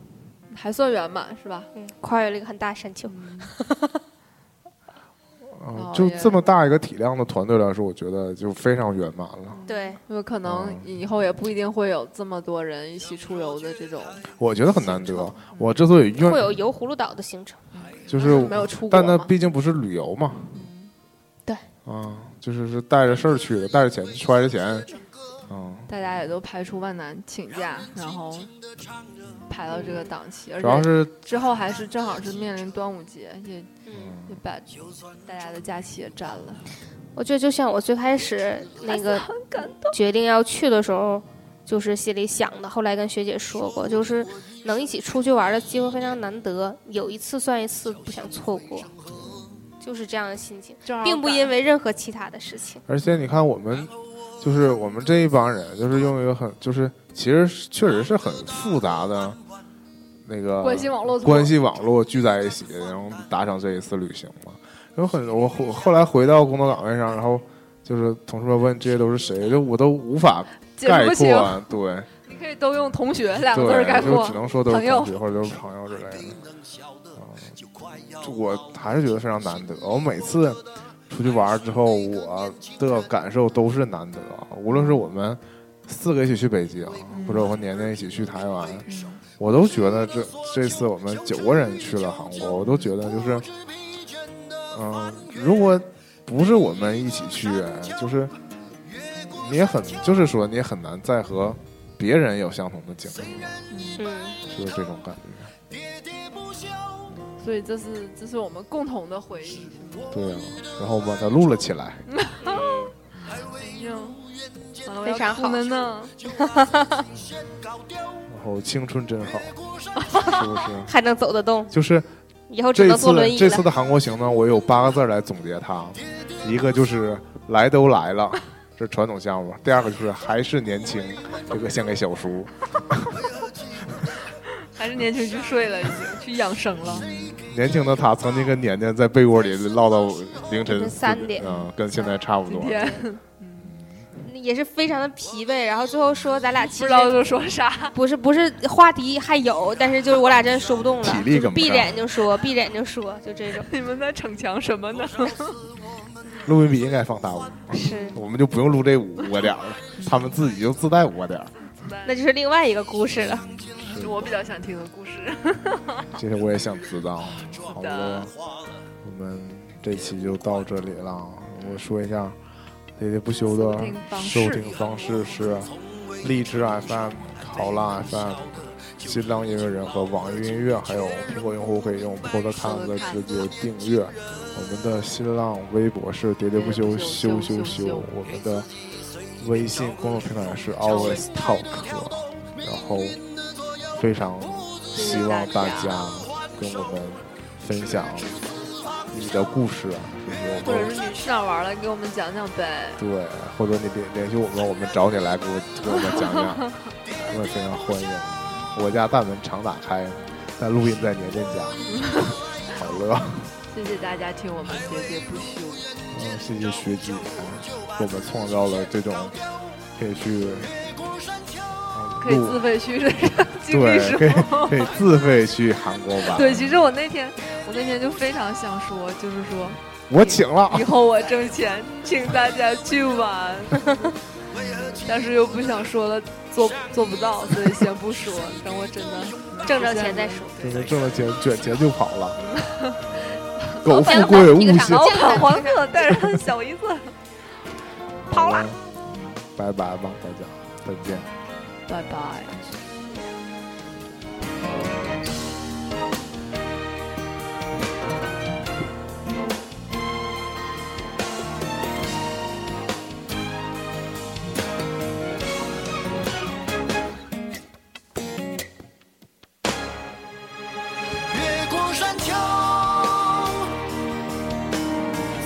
还算圆满是吧？嗯，跨越了一个很大山丘。啊哦，嗯就也这么大一个体量的团队来说，我觉得就非常圆满了。对，有可能嗯以后也不一定会有这么多人一起出游的这种，我觉得很难得。我之所以愿会有游葫芦岛的行程。就是没有出国但那嘛。毕竟不是旅游嘛。对。啊，就是是带着事儿去的，带着钱揣着钱，嗯，大家也都排除万难请假，然后排到这个档期，而主要且是之后还是正好是面临端午节，也嗯，也把大家的假期也占了。我觉得就像我最开始那个很感动。决定要去的时候，就是心里想的。后来跟学姐说过，就是能一起出去玩的机会非常难得，有一次算一次，不想错过，就是这样的心情， 正好并不赶因为任何其他的事情。而且你看，我们就是我们这一帮人，就是用一个很，就是其实是确实是很复杂的那个关系网络组关系网络聚在一起，然后达成这一次旅行嘛。有很我后后来回到工作岗位上，然后就是同事们问这些都是谁，就我都无法解释概不清，括，对你可以都用“同学”两个字儿概对，就括只。能说都是朋友同学或者都是朋友之类的。嗯，就我还是觉得非常难得。我每次出去玩之后，我的感受都是难得。无论是我们四个一起去北京，或者我和年年一起去台湾，我都觉得这这次我们九个人去了韩国，我都觉得就是，嗯、如果不是我们一起去，就是你也很，就是说你也很难再和别人有相同的经历了，嗯，就是这种感觉。所以这是这是我们共同的回忆。对啊，然后我把它录了起来。非常好。真的，然后青春真好，是不是？ 还能走得动，就是以后只这能坐次轮椅这次了。的韩国行呢，我有八个字儿来总结它，一个就是来都来了，这是传统项目；第二个就是还是年轻，这个献给小叔；还是年轻去睡了，已经去养生了。年轻的他曾经跟年年在被窝里唠到凌晨三点嗯，跟现在差不多。天，也是非常的疲惫，然后最后说咱俩其实不知道都说啥， 不是不是话题还有，但是就是我俩真说不动了，体力就是跟不闭上着眼睛说，闭着眼睛说，就这种。你们在逞强什么呢？录音笔应该放大五，是，我们就不用录这五个点儿了，他们自己就自带五个点儿。那就是另外一个故事了。是 我比较想听的故事。这些我也想知道。啊 好的了，我们这期就到这里了。啊我说一下，喋喋不休的收听方式是荔枝 FM、考拉 FM、新浪音乐人和网易云音乐，还有苹果用户可以用 Podcast 直接订阅。我们的新浪微博是喋喋不休休休休，我们的微信公众平台是 Always Talk，然后非常希望大家跟我们分享你的故事啊，就是或我者们是你去哪儿玩了，给我们讲讲呗。对，或者你联联系我们，我们找你来给我给我们讲讲，我们非常欢迎。我家大门常打开，但录音在年年家。好了，谢谢大家听我们喋喋不休，嗯，谢谢学姐，给我们创造了这种可以去。嗯可以录自费去 的经历对，时可以候。可以自费去韩国玩。 对，其实我那天，我那天就非常想说，就是说，我请了 以，后我挣钱，请大家去玩。但是又不想说了，做做不到，所以先不说，等我真的挣着钱再说。真的挣了钱卷钱就跑 了，老苟板富贵一个勿啥心老老板板黄鹤带上小姨子，跑了，嗯拜拜吧，大家再见。拜拜。越过山丘，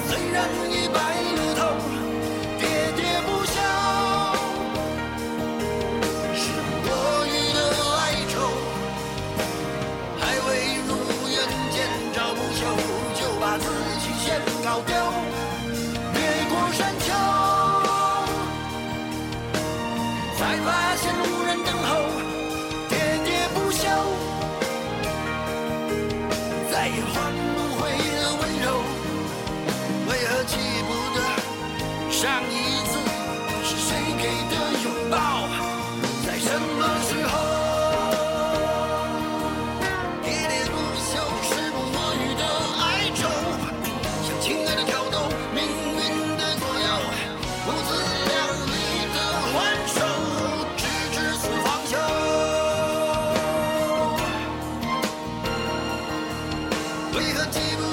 虽然已白了头，喋喋不休，是多余的哀愁，还未如愿见着不朽，就把自己先搞丢。越过山丘，才发现无人等候，喋喋不休。再也换不回的温柔，为何记不得上一次是谁给的拥抱，在什么时候？喋喋不休是不多余的哀愁，像情爱的挑逗，命运的左右，不自量力的还手，直至死方休。为何记不